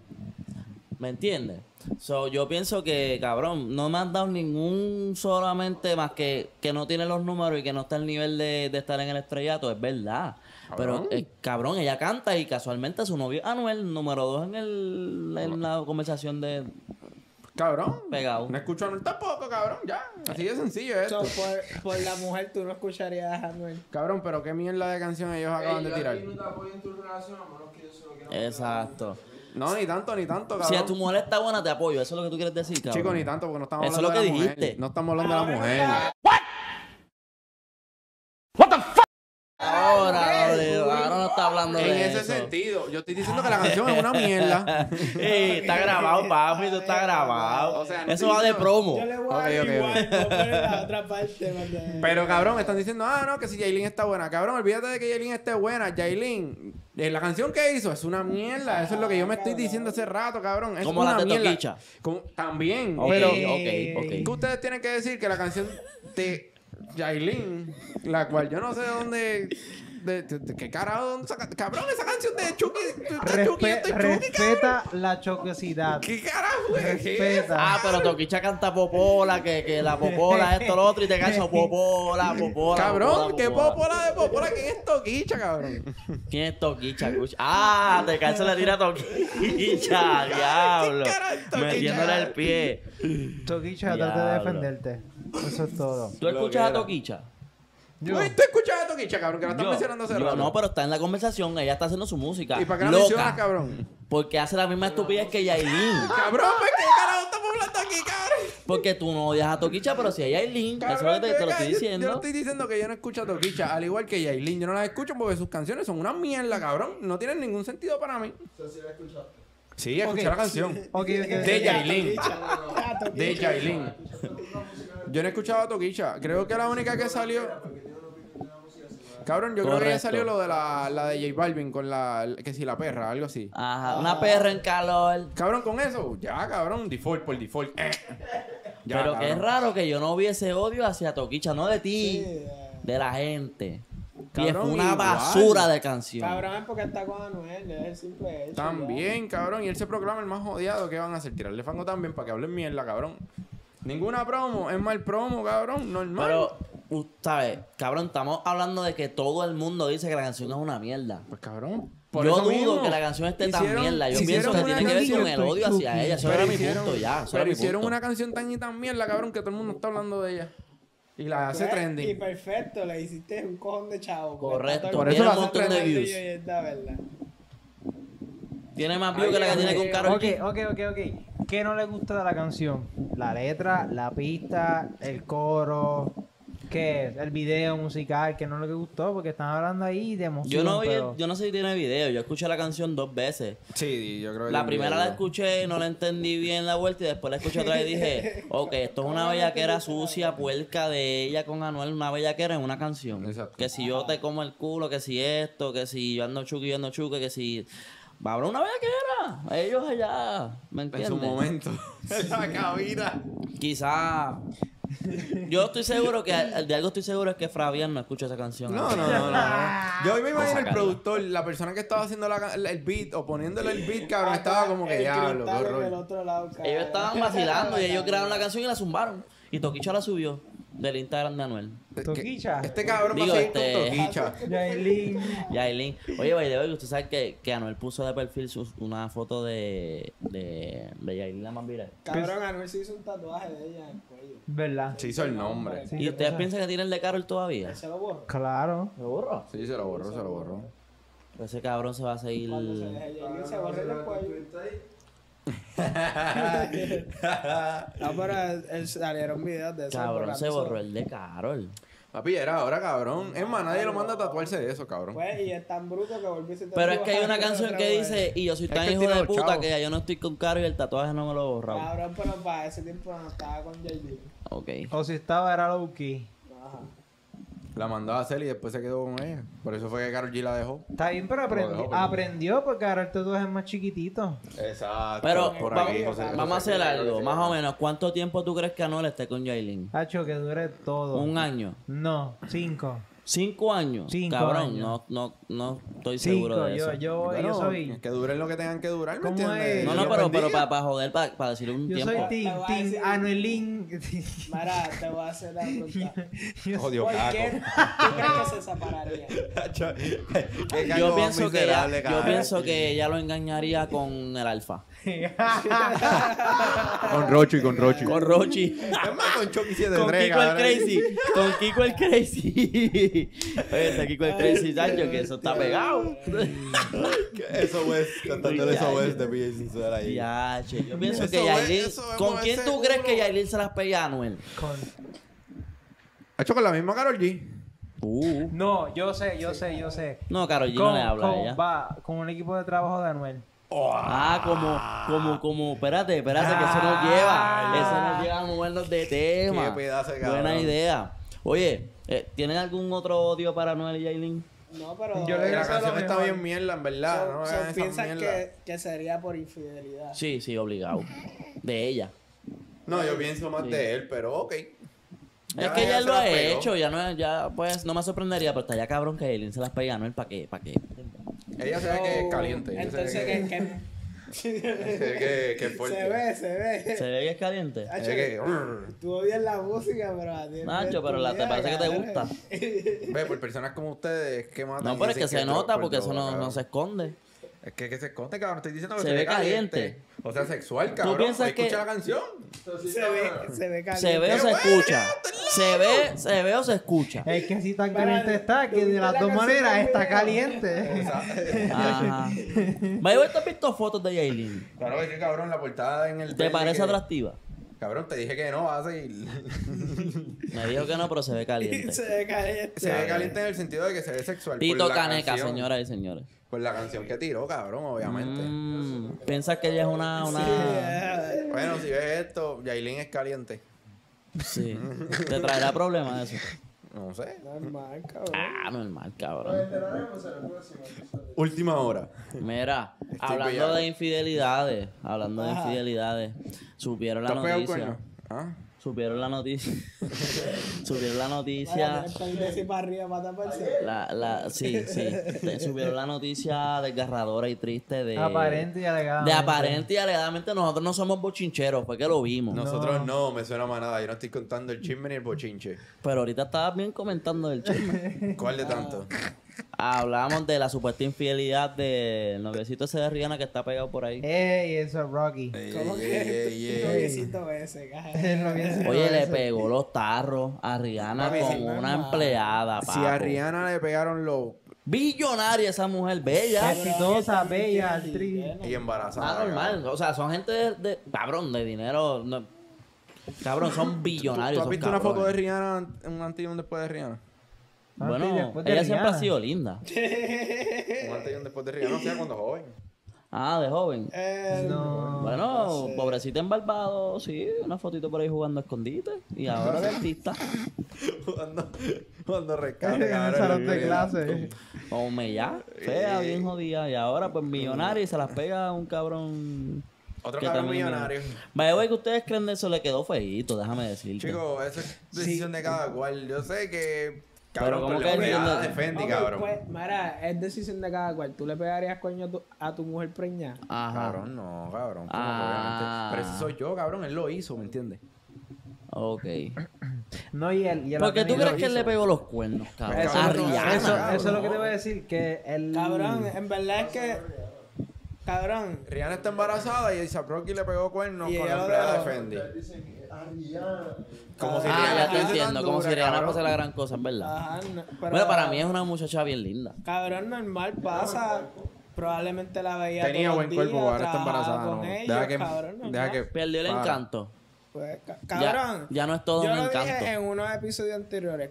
Speaker 1: ¿Me entiendes? So, yo pienso que, cabrón, no me han dado ningún solamente más que que no tiene los números y que no está al nivel de, de estar en el estrellato, es verdad.
Speaker 4: Cabrón.
Speaker 1: Pero, eh, cabrón, ella canta y casualmente su novio Anuel, número dos en, el, en la conversación de
Speaker 4: Cabrón.
Speaker 1: Pegado.
Speaker 4: No escucho a Anuel tampoco, cabrón, ya. Así de sencillo es
Speaker 3: So,
Speaker 4: esto.
Speaker 3: por, por la mujer tú no escucharías a Anuel.
Speaker 4: Cabrón, pero qué mierda de canción ellos acaban de tirar.
Speaker 1: Exacto.
Speaker 4: No, ni tanto, ni tanto,
Speaker 1: Si a tu
Speaker 4: cabrón.
Speaker 1: mujer está buena, te apoyo. Eso es lo que tú quieres decir, cabrón.
Speaker 4: Chicos, ni tanto, porque no estamos
Speaker 1: Eso es
Speaker 4: hablando
Speaker 1: lo
Speaker 4: de
Speaker 1: que
Speaker 4: la mujer.
Speaker 1: dijiste.
Speaker 4: No estamos hablando de la mujer.
Speaker 1: Ahora, brother, ahora no está hablando
Speaker 4: En
Speaker 1: de
Speaker 4: ese
Speaker 1: eso.
Speaker 4: sentido, yo estoy diciendo que la canción es una mierda.
Speaker 1: Ey, está grabado, papi, eso está grabado.
Speaker 4: O sea,
Speaker 1: Eso
Speaker 4: no estoy
Speaker 1: va de
Speaker 4: diciendo-
Speaker 1: promo.
Speaker 3: Yo le voy
Speaker 4: Ok,
Speaker 3: a
Speaker 4: ok,
Speaker 3: dar igual, voy a poner la otra parte. porque-
Speaker 4: Pero cabrón, están diciendo, ah, no, que si Jailin está buena. Cabrón, olvídate de que Jailin esté buena. Jailin, eh, la canción que hizo es una mierda. Eso es lo que yo me estoy diciendo hace rato, cabrón. Es
Speaker 1: Como
Speaker 4: una
Speaker 1: la de
Speaker 4: mierda.
Speaker 1: Toquicha.
Speaker 4: Como- también.
Speaker 1: Ok,
Speaker 4: Pero
Speaker 1: ok, ok.
Speaker 4: ¿qué ustedes tienen que decir que la canción de Jailin, la cual yo no sé dónde. De, de- de- ¿Qué carajo? dónde saca- cabrón, esa canción de Chucky. de
Speaker 2: Respe-
Speaker 4: Chucky, esto es Chucky, cabrón.
Speaker 2: respeta la chocosidad.
Speaker 4: ¿Qué carajo es eso?
Speaker 2: Respeta.
Speaker 1: Ah, pero Toquicha canta popola, que, que la popola, esto, lo otro, y te canso popola, popola.
Speaker 4: Cabrón,
Speaker 1: popola,
Speaker 4: ¿qué
Speaker 1: popola.
Speaker 4: popola de popola? ¿Quién es Toquicha, cabrón?
Speaker 1: ¿Quién es Toquicha? Cucha? Ah, te canso la tira a Toquicha, diablo.
Speaker 4: ¿qué cara es Toquicha?
Speaker 1: Metiéndole el pie.
Speaker 2: Toquicha, trata de
Speaker 1: Diablo.
Speaker 2: defenderte. Eso es todo.
Speaker 1: ¿Tú escuchas a Toquicha?
Speaker 2: Yo,
Speaker 4: Uy, ¿Tú escuchas a Toquicha, cabrón? Que la están mencionando hace
Speaker 1: yo
Speaker 4: rato.
Speaker 1: no, pero está en la conversación, ella está haciendo su música.
Speaker 4: ¿Y para qué la
Speaker 1: loca.
Speaker 4: mencionas, cabrón?
Speaker 1: Porque hace la misma estupidez que Yailin.
Speaker 4: Cabrón, ¿por qué carajo estamos hablando aquí, cabrón?
Speaker 1: Porque tú no odias a Toquicha, pero si hay Yailin, eso es lo que te, te lo estoy
Speaker 4: Yo- Yo,
Speaker 1: diciendo.
Speaker 4: estoy diciendo que yo no escucho a Toquicha, al igual que Yailin. Yo no las escucho porque sus canciones son una mierda, cabrón. No tienen ningún sentido para mí. Sí, escuché
Speaker 2: Ok.
Speaker 4: la canción.
Speaker 2: Ok, ok,
Speaker 4: De
Speaker 2: ok.
Speaker 4: Yailin.
Speaker 3: Ah, toquilla.
Speaker 4: De Yailin. Yo no he escuchado a Toquicha. Creo que la única que salió. Cabrón, yo creo que ya
Speaker 1: Correcto.
Speaker 4: salió lo de la, la de J Balvin con la. Que si la perra, algo así.
Speaker 1: Ajá, una perra en calor.
Speaker 4: Cabrón, con eso. Ya, cabrón. Default por default. Eh. Ya,
Speaker 1: pero que es
Speaker 4: cabrón.
Speaker 1: raro que yo no hubiese odio hacia Toquicha, no de ti,
Speaker 3: Sí, eh.
Speaker 1: de la gente. y es
Speaker 4: Cabrón,
Speaker 1: una
Speaker 4: igual.
Speaker 1: basura de canción.
Speaker 3: Cabrón, es porque está con Anuel, es el simple hecho.
Speaker 4: También, cabrón. Y él se proclama el más odiado. ¿Qué van a hacer? Tirarle fango también para que hablen mierda, cabrón. Ninguna promo. Es mal promo, cabrón. Normal.
Speaker 1: Pero, u- ¿sabes? Cabrón, estamos hablando de que todo el mundo dice que la canción es una mierda.
Speaker 4: Pues, cabrón.
Speaker 1: yo
Speaker 4: eso
Speaker 1: dudo
Speaker 4: mismo,
Speaker 1: que la canción esté tan
Speaker 4: hicieron-
Speaker 1: mierda. Yo
Speaker 4: hicieron
Speaker 1: pienso que
Speaker 4: una
Speaker 1: tiene que ver
Speaker 4: canción-
Speaker 1: con el odio hacia ella. Eso
Speaker 4: pero
Speaker 1: era mi
Speaker 4: hicieron-
Speaker 1: punto ya. Eso
Speaker 4: pero
Speaker 1: era mi
Speaker 4: hicieron
Speaker 1: punto.
Speaker 4: una canción tan y tan mierda, cabrón, que todo el mundo está hablando de ella. Y la hace
Speaker 3: Pues, Y
Speaker 4: trending.
Speaker 3: perfecto, le hiciste un cojón de chavo. porque
Speaker 1: Correcto,
Speaker 3: está todo el
Speaker 4: por
Speaker 3: mundo
Speaker 4: eso la
Speaker 3: hablando
Speaker 4: hacen
Speaker 3: de
Speaker 1: trending
Speaker 3: ello y es la verdad.
Speaker 1: Tiene más views que la que
Speaker 4: Ay,
Speaker 1: tiene
Speaker 4: ay,
Speaker 1: con
Speaker 4: ay,
Speaker 1: Karol
Speaker 2: Ok,
Speaker 1: G.
Speaker 2: ok, ok, ok. ¿Qué no le gusta de la canción? La letra, la pista, el coro, ¿qué es? El video musical, que no le gustó, porque están hablando ahí de emoción.
Speaker 1: Yo no, vi el-
Speaker 2: pero-
Speaker 1: yo no sé si tiene video. Yo escuché la canción dos veces.
Speaker 4: Sí, yo creo que.
Speaker 1: La primera la escuché, no la entendí bien la vuelta y después la escuché otra vez y dije, ok, esto es una bellaquera sucia, puerca de ella con Anuel, una bellaquera en una canción.
Speaker 4: Exacto.
Speaker 1: Que si yo te como el culo, que si esto, que si yo ando chuque, yo ando chuque, que si... Va a haber una bellaquera, ellos allá, ¿me
Speaker 4: En
Speaker 1: entiendes?
Speaker 4: su momento. la cabina.
Speaker 1: Quizá... Yo estoy seguro que, de algo estoy seguro es que Fabián no escucha esa canción.
Speaker 4: No, no, no, no. Yo hoy me imagino el
Speaker 1: sacarla.
Speaker 4: productor, la persona que estaba haciendo la- el beat o poniéndole el beat, cabrón,
Speaker 3: Ah,
Speaker 4: estaba como que
Speaker 3: el
Speaker 4: diablo, qué
Speaker 3: cristal en el
Speaker 4: horror.
Speaker 3: otro lado, cabrón.
Speaker 1: Ellos estaban vacilando y ellos crearon la canción y la zumbaron. Y Toquicha la subió del Instagram de Anuel.
Speaker 4: Es que
Speaker 2: Toquicha.
Speaker 4: Este cabrón va a
Speaker 1: Digo,
Speaker 4: seguir con
Speaker 1: este-
Speaker 3: Ah,
Speaker 4: Toquicha.
Speaker 2: Yailin.
Speaker 1: Yailin. Oye, by the way, usted sabe que, que Anuel puso de perfil sus- una foto de, de, de Yailin la más viral.
Speaker 3: Cabrón, Anuel se hizo un tatuaje de ella en el cuello.
Speaker 2: ¿Verdad?
Speaker 4: Se hizo el nombre.
Speaker 2: Sí,
Speaker 1: ¿Y
Speaker 2: ¿qué
Speaker 1: ustedes
Speaker 2: pasa?
Speaker 1: piensan que tiene el de Carol todavía?
Speaker 3: Se lo borró.
Speaker 2: Claro.
Speaker 1: ¿Me borró?
Speaker 4: Sí, se lo borró, se lo borró.
Speaker 1: Ese cabrón se va a seguir.
Speaker 3: Cuando se deje Yailin, se borró en el cuello. No, pero eh, salieron videos de eso.
Speaker 1: Cabrón, se
Speaker 3: borrándose.
Speaker 1: borró el de Carol.
Speaker 4: Papi, era ahora, cabrón. Es más, nadie lo manda a tatuarse de eso, cabrón.
Speaker 3: Pues, y es tan bruto que volví se
Speaker 1: Pero es que hay una canción que dice: Y yo soy
Speaker 4: Es
Speaker 1: tan
Speaker 4: que
Speaker 1: hijo
Speaker 4: tiene
Speaker 1: de
Speaker 4: los
Speaker 1: puta
Speaker 4: chavos.
Speaker 1: que ya yo no estoy con Carol y el tatuaje no me lo he borrado.
Speaker 3: Cabrón, pero para ese tiempo no estaba con Yailin.
Speaker 1: Ok.
Speaker 2: O si estaba, era low key.
Speaker 3: Ajá.
Speaker 4: La mandó a hacer y después se quedó con ella. Por eso fue que Karol G la dejó.
Speaker 2: Está bien, pero
Speaker 4: Lo dejó,
Speaker 2: aprendió,
Speaker 4: pero-
Speaker 2: aprendió porque ahora el tatuaje es más chiquitito.
Speaker 4: Exacto.
Speaker 1: Pero
Speaker 4: por
Speaker 1: va-
Speaker 4: aquí, José-
Speaker 1: vamos a hacer algo, más o menos. ¿Cuánto tiempo tú crees que Anuel esté con Yailin?
Speaker 2: Hacho, que dure todo.
Speaker 1: Un año.
Speaker 2: No, cinco.
Speaker 1: ¿Cinco años?
Speaker 2: Cinco
Speaker 1: Cabrón,
Speaker 2: años.
Speaker 1: no, no, no estoy seguro
Speaker 2: Cinco,
Speaker 1: de eso.
Speaker 2: yo, yo,
Speaker 4: Bueno,
Speaker 2: yo soy.
Speaker 4: Que duren lo que tengan que durar, ¿me
Speaker 2: ¿Cómo
Speaker 4: entiendes?
Speaker 2: es?
Speaker 1: No,
Speaker 4: Dios
Speaker 1: no,
Speaker 4: los
Speaker 1: pero, pero
Speaker 4: bendiga.
Speaker 1: para, joder, para, decirle un
Speaker 2: Yo
Speaker 1: tiempo.
Speaker 2: soy Tim,
Speaker 3: Te voy a
Speaker 2: Tim,
Speaker 3: decir-
Speaker 2: Anuelín.
Speaker 3: Mara, te voy a hacer la pregunta.
Speaker 2: Yo
Speaker 4: Jodido,
Speaker 3: ¿Por
Speaker 4: caco.
Speaker 3: qué tú crees que se separaría?
Speaker 4: Qué caco
Speaker 1: Yo pienso, que ella,
Speaker 4: miserable,
Speaker 1: yo
Speaker 4: cabrón.
Speaker 1: pienso que ella lo engañaría con el alfa.
Speaker 4: Con Rocho y con Rochi.
Speaker 1: Con Rochi.
Speaker 4: Es más, con Chucky 7
Speaker 1: Con Kiko el Crazy. Con Kiko el Crazy. Oye, ese Kiko el Crazy, Sancho, que eso está pegado.
Speaker 4: Eso es,
Speaker 1: cantándole eso es
Speaker 4: de Pille Sincera
Speaker 1: Ya, che, Yo pienso
Speaker 4: Eso
Speaker 1: que
Speaker 4: es-
Speaker 1: Yailin.
Speaker 4: eso es
Speaker 1: ¿Con
Speaker 4: moverse
Speaker 1: quién tú
Speaker 4: duro.
Speaker 1: crees que Yailin se las pega a Anuel?
Speaker 2: Con-
Speaker 4: Ha hecho con la misma Karol G.
Speaker 2: No, yo sé, yo sé, yo sé.
Speaker 1: No, Karol G no
Speaker 2: Con-
Speaker 1: le habla a
Speaker 2: con-
Speaker 1: ella.
Speaker 2: Va, con un equipo de trabajo de Anuel.
Speaker 1: Ah, como, como, como, espérate, espérate, que eso nos lleva. Eso nos lleva a movernos de tema.
Speaker 4: Qué pedazo de
Speaker 1: Buena
Speaker 4: cabrón.
Speaker 1: idea. Oye, eh, ¿tienen algún otro odio para Noel y Jailin?
Speaker 3: No, pero.
Speaker 2: Yo le- Eso
Speaker 4: La
Speaker 2: es lo
Speaker 4: canción está
Speaker 2: mejor.
Speaker 4: bien mierda, en verdad.
Speaker 3: So-
Speaker 4: no
Speaker 3: so
Speaker 4: hagan esas
Speaker 3: piensan
Speaker 4: mierdas.
Speaker 3: que, que sería por infidelidad.
Speaker 1: Sí, sí, obligado. De ella.
Speaker 4: No, yo pienso más de él, pero ok.
Speaker 1: es que ya
Speaker 4: se
Speaker 1: lo
Speaker 4: las
Speaker 1: ha
Speaker 4: pegó.
Speaker 1: hecho, ya no, ya, pues, no me sorprendería, pero está ya cabrón que Jailin se las pega a Noel, ¿para qué? ¿Para qué?
Speaker 4: Ella se ve que es
Speaker 3: So,
Speaker 4: caliente. ella
Speaker 3: Oh, Entonces,
Speaker 4: se ve que,
Speaker 3: que. que-
Speaker 4: se ve que, que es fuerte.
Speaker 3: se ve, se ve.
Speaker 1: ¿Se ve que es caliente?
Speaker 4: Se ve que, "Urr".
Speaker 3: Tú odias la música, pero a ti es
Speaker 1: Nacho,
Speaker 3: de
Speaker 1: pero
Speaker 3: tu
Speaker 1: la- te
Speaker 3: vida,
Speaker 1: parece que te
Speaker 3: cabrón.
Speaker 1: gusta.
Speaker 4: Ve, por personas como ustedes que matan.
Speaker 1: No,
Speaker 4: y
Speaker 1: pero es que
Speaker 4: dicen
Speaker 1: se
Speaker 4: es dro-
Speaker 1: nota
Speaker 4: por
Speaker 1: porque eso
Speaker 4: droga,
Speaker 1: no,
Speaker 4: cabrón.
Speaker 1: no se esconde.
Speaker 4: Es que, que se esconde, cabrón. Estoy diciendo que
Speaker 1: Se
Speaker 4: se,
Speaker 1: ve
Speaker 4: ve caliente.
Speaker 1: caliente.
Speaker 4: O sea, sexual, cabrón.
Speaker 1: piensas que-
Speaker 4: Escucha la canción.
Speaker 3: Se ve, se ve
Speaker 1: Se
Speaker 3: caliente.
Speaker 1: ve o se
Speaker 4: bueno,
Speaker 1: escucha.
Speaker 4: esto es
Speaker 1: ¿Se ve, se ve o se escucha?
Speaker 2: Es que así tan
Speaker 3: Para-
Speaker 2: caliente está, que de
Speaker 3: ¿tuviste
Speaker 2: las
Speaker 3: la
Speaker 2: dos
Speaker 3: canción
Speaker 2: maneras
Speaker 3: del
Speaker 2: está
Speaker 3: video?
Speaker 2: caliente.
Speaker 1: Ajá. Me digo, ¿tú has visto fotos de Yailin?
Speaker 4: Claro, es que cabrón, la portada en el.
Speaker 1: ¿Te
Speaker 4: verde
Speaker 1: parece
Speaker 4: que-
Speaker 1: atractiva?
Speaker 4: Cabrón, te dije que no, vas a seguir.
Speaker 1: Me dijo que no, pero se ve
Speaker 3: Se
Speaker 1: caliente.
Speaker 3: ve caliente.
Speaker 4: Se ve caliente en el sentido de que se ve sexual. por
Speaker 1: Tito
Speaker 4: la
Speaker 1: Caneca,
Speaker 4: canción-
Speaker 1: señoras y señores.
Speaker 4: Por la canción que tiró, cabrón, obviamente.
Speaker 1: Mm, ¿Piensas que ella es una...
Speaker 3: Sí,
Speaker 1: una...
Speaker 3: eh,
Speaker 4: Bueno, si ves esto, Yailin es caliente.
Speaker 1: Sí.
Speaker 4: eh.
Speaker 1: ¿Te traerá problemas eso?
Speaker 4: No sé.
Speaker 3: normal, cabrón.
Speaker 1: Ah, normal, cabrón.
Speaker 4: Última hora.
Speaker 1: Mira,
Speaker 4: bellaco.
Speaker 1: hablando de infidelidades, hablando de
Speaker 3: Ajá.
Speaker 1: infidelidades, supieron la
Speaker 4: Ah. ¿Te has pegado el
Speaker 1: noticia.
Speaker 4: cuerno? ¿Ah?
Speaker 1: Supieron la noticia. supieron la noticia.
Speaker 3: Vaya, tienes que ir para arriba para taparse.
Speaker 1: La, la, sí, sí. Te- Supieron la noticia desgarradora y triste de.
Speaker 2: Aparente y alegadamente.
Speaker 1: De aparente y alegadamente nosotros no somos bochincheros, fue que lo vimos.
Speaker 4: Nosotros no, me suena más nada. Yo no estoy contando el chisme ni el bochinche.
Speaker 1: Pero ahorita estabas bien comentando el chisme.
Speaker 4: ¿Cuál de tanto?
Speaker 1: Hablamos de la supuesta infidelidad del noviecito ese de Rihanna que está pegado por ahí.
Speaker 2: Ey, eso es Rocky.
Speaker 4: Ey,
Speaker 3: ¿Cómo
Speaker 4: ey,
Speaker 3: que?
Speaker 4: ey, ey,
Speaker 3: Un
Speaker 4: ey.
Speaker 3: besito ese,
Speaker 2: Es lo
Speaker 3: cabrón.
Speaker 2: que hace
Speaker 1: Oye, le
Speaker 2: eso.
Speaker 1: pegó los tarros a Rihanna
Speaker 4: Papi,
Speaker 1: con
Speaker 4: sí,
Speaker 1: una empleada, papo.
Speaker 4: Si a Rihanna le pegaron los
Speaker 1: Billonaria esa mujer, bella.
Speaker 2: Exitosa, bella, actriz.
Speaker 4: y embarazada.
Speaker 1: Ah, normal.
Speaker 4: cabrón.
Speaker 1: O sea, son gente de, de- cabrón, de dinero. no- Cabrón, son
Speaker 4: ¿Tú, tú
Speaker 1: billonarios.
Speaker 4: has
Speaker 1: son
Speaker 4: visto una foto de
Speaker 1: cabrones.
Speaker 4: Rihanna, un antes y un después de Rihanna?
Speaker 2: Antes y
Speaker 1: Bueno,
Speaker 2: después de
Speaker 1: ella siempre ha
Speaker 2: Rihanna.
Speaker 1: sido linda.
Speaker 4: Un antes y un después de Rihanna, o sea, cuando joven.
Speaker 1: Ah, de joven.
Speaker 3: Eh,
Speaker 2: No.
Speaker 1: Bueno,
Speaker 3: sé.
Speaker 1: pobrecita en Barbados, sí, una fotito por ahí jugando a escondite. Y ahora de artista,
Speaker 4: Cuando, cuando
Speaker 2: En
Speaker 4: rescate,
Speaker 2: el
Speaker 4: cabrón,
Speaker 2: salón de
Speaker 4: Rihanna.
Speaker 2: clase.
Speaker 1: como ya, fea, bien jodida. Y ahora, pues millonaria y se las pega a un cabrón.
Speaker 4: Otro
Speaker 1: que
Speaker 4: cabrón
Speaker 1: también es
Speaker 4: millonario.
Speaker 1: Vaya, güey, que ustedes creen de eso, le quedó feíto, déjame decirte.
Speaker 4: Chicos, eso es decisión de cada cual. Yo sé que.
Speaker 1: Pero
Speaker 4: Cabrón,
Speaker 1: ¿cómo
Speaker 4: pero
Speaker 1: que
Speaker 4: la
Speaker 1: decisión
Speaker 4: Rihanna
Speaker 1: de-
Speaker 4: defendí,
Speaker 3: Ok,
Speaker 4: cabrón.
Speaker 3: Pues, Mara, es decisión de cada cual. ¿Tú le pegarías coño a tu, a tu mujer preñada?
Speaker 1: Ajá.
Speaker 4: Cabrón, no, cabrón. como que
Speaker 1: Ah.
Speaker 4: obviamente- Pero ese soy yo, cabrón. Él lo hizo, ¿me entiendes?
Speaker 1: Ok.
Speaker 2: No, y él. Y él
Speaker 1: Porque tú
Speaker 2: atendido
Speaker 1: crees que él le
Speaker 2: hizo.
Speaker 1: pegó los cuernos, cabrón.
Speaker 2: Eso,
Speaker 1: a
Speaker 4: no,
Speaker 1: Rihanna.
Speaker 2: eso,
Speaker 4: cabrón.
Speaker 2: eso es lo que te voy a decir, que el...
Speaker 3: Cabrón, en verdad es que. Cabrón.
Speaker 4: Rihanna está embarazada y Isaac Rocky le pegó cuernos
Speaker 3: Y
Speaker 4: con la
Speaker 3: ella lo
Speaker 4: empleada de
Speaker 3: dejó.
Speaker 4: Fendi. Como
Speaker 3: Ah,
Speaker 4: si
Speaker 1: Ah,
Speaker 4: Rihanna
Speaker 1: ya te
Speaker 4: estuviese tan
Speaker 1: entiendo. Como
Speaker 4: dura,
Speaker 1: si Rihanna
Speaker 4: cabrón.
Speaker 1: fuese la gran cosa, en verdad.
Speaker 3: Ajá, no, Ah, pero- ah.
Speaker 1: Bueno, para mí es una muchacha bien linda.
Speaker 3: Cabrón, normal pasa. Probablemente la veía.
Speaker 4: Tenía
Speaker 3: todos
Speaker 4: buen
Speaker 3: los
Speaker 4: cuerpo,
Speaker 3: días,
Speaker 4: ahora está
Speaker 3: trabajaba
Speaker 4: embarazada.
Speaker 3: Con
Speaker 4: ¿no?
Speaker 3: ellos,
Speaker 4: Deja que.
Speaker 3: cabrón, normal.
Speaker 4: Deja que.
Speaker 1: Perdió el
Speaker 4: para.
Speaker 1: encanto.
Speaker 3: Pues, ca-
Speaker 1: Ya-
Speaker 3: cabrón.
Speaker 1: Ya, no es todo
Speaker 3: yo
Speaker 1: un
Speaker 3: lo
Speaker 1: encanto.
Speaker 3: dije en unos episodios anteriores.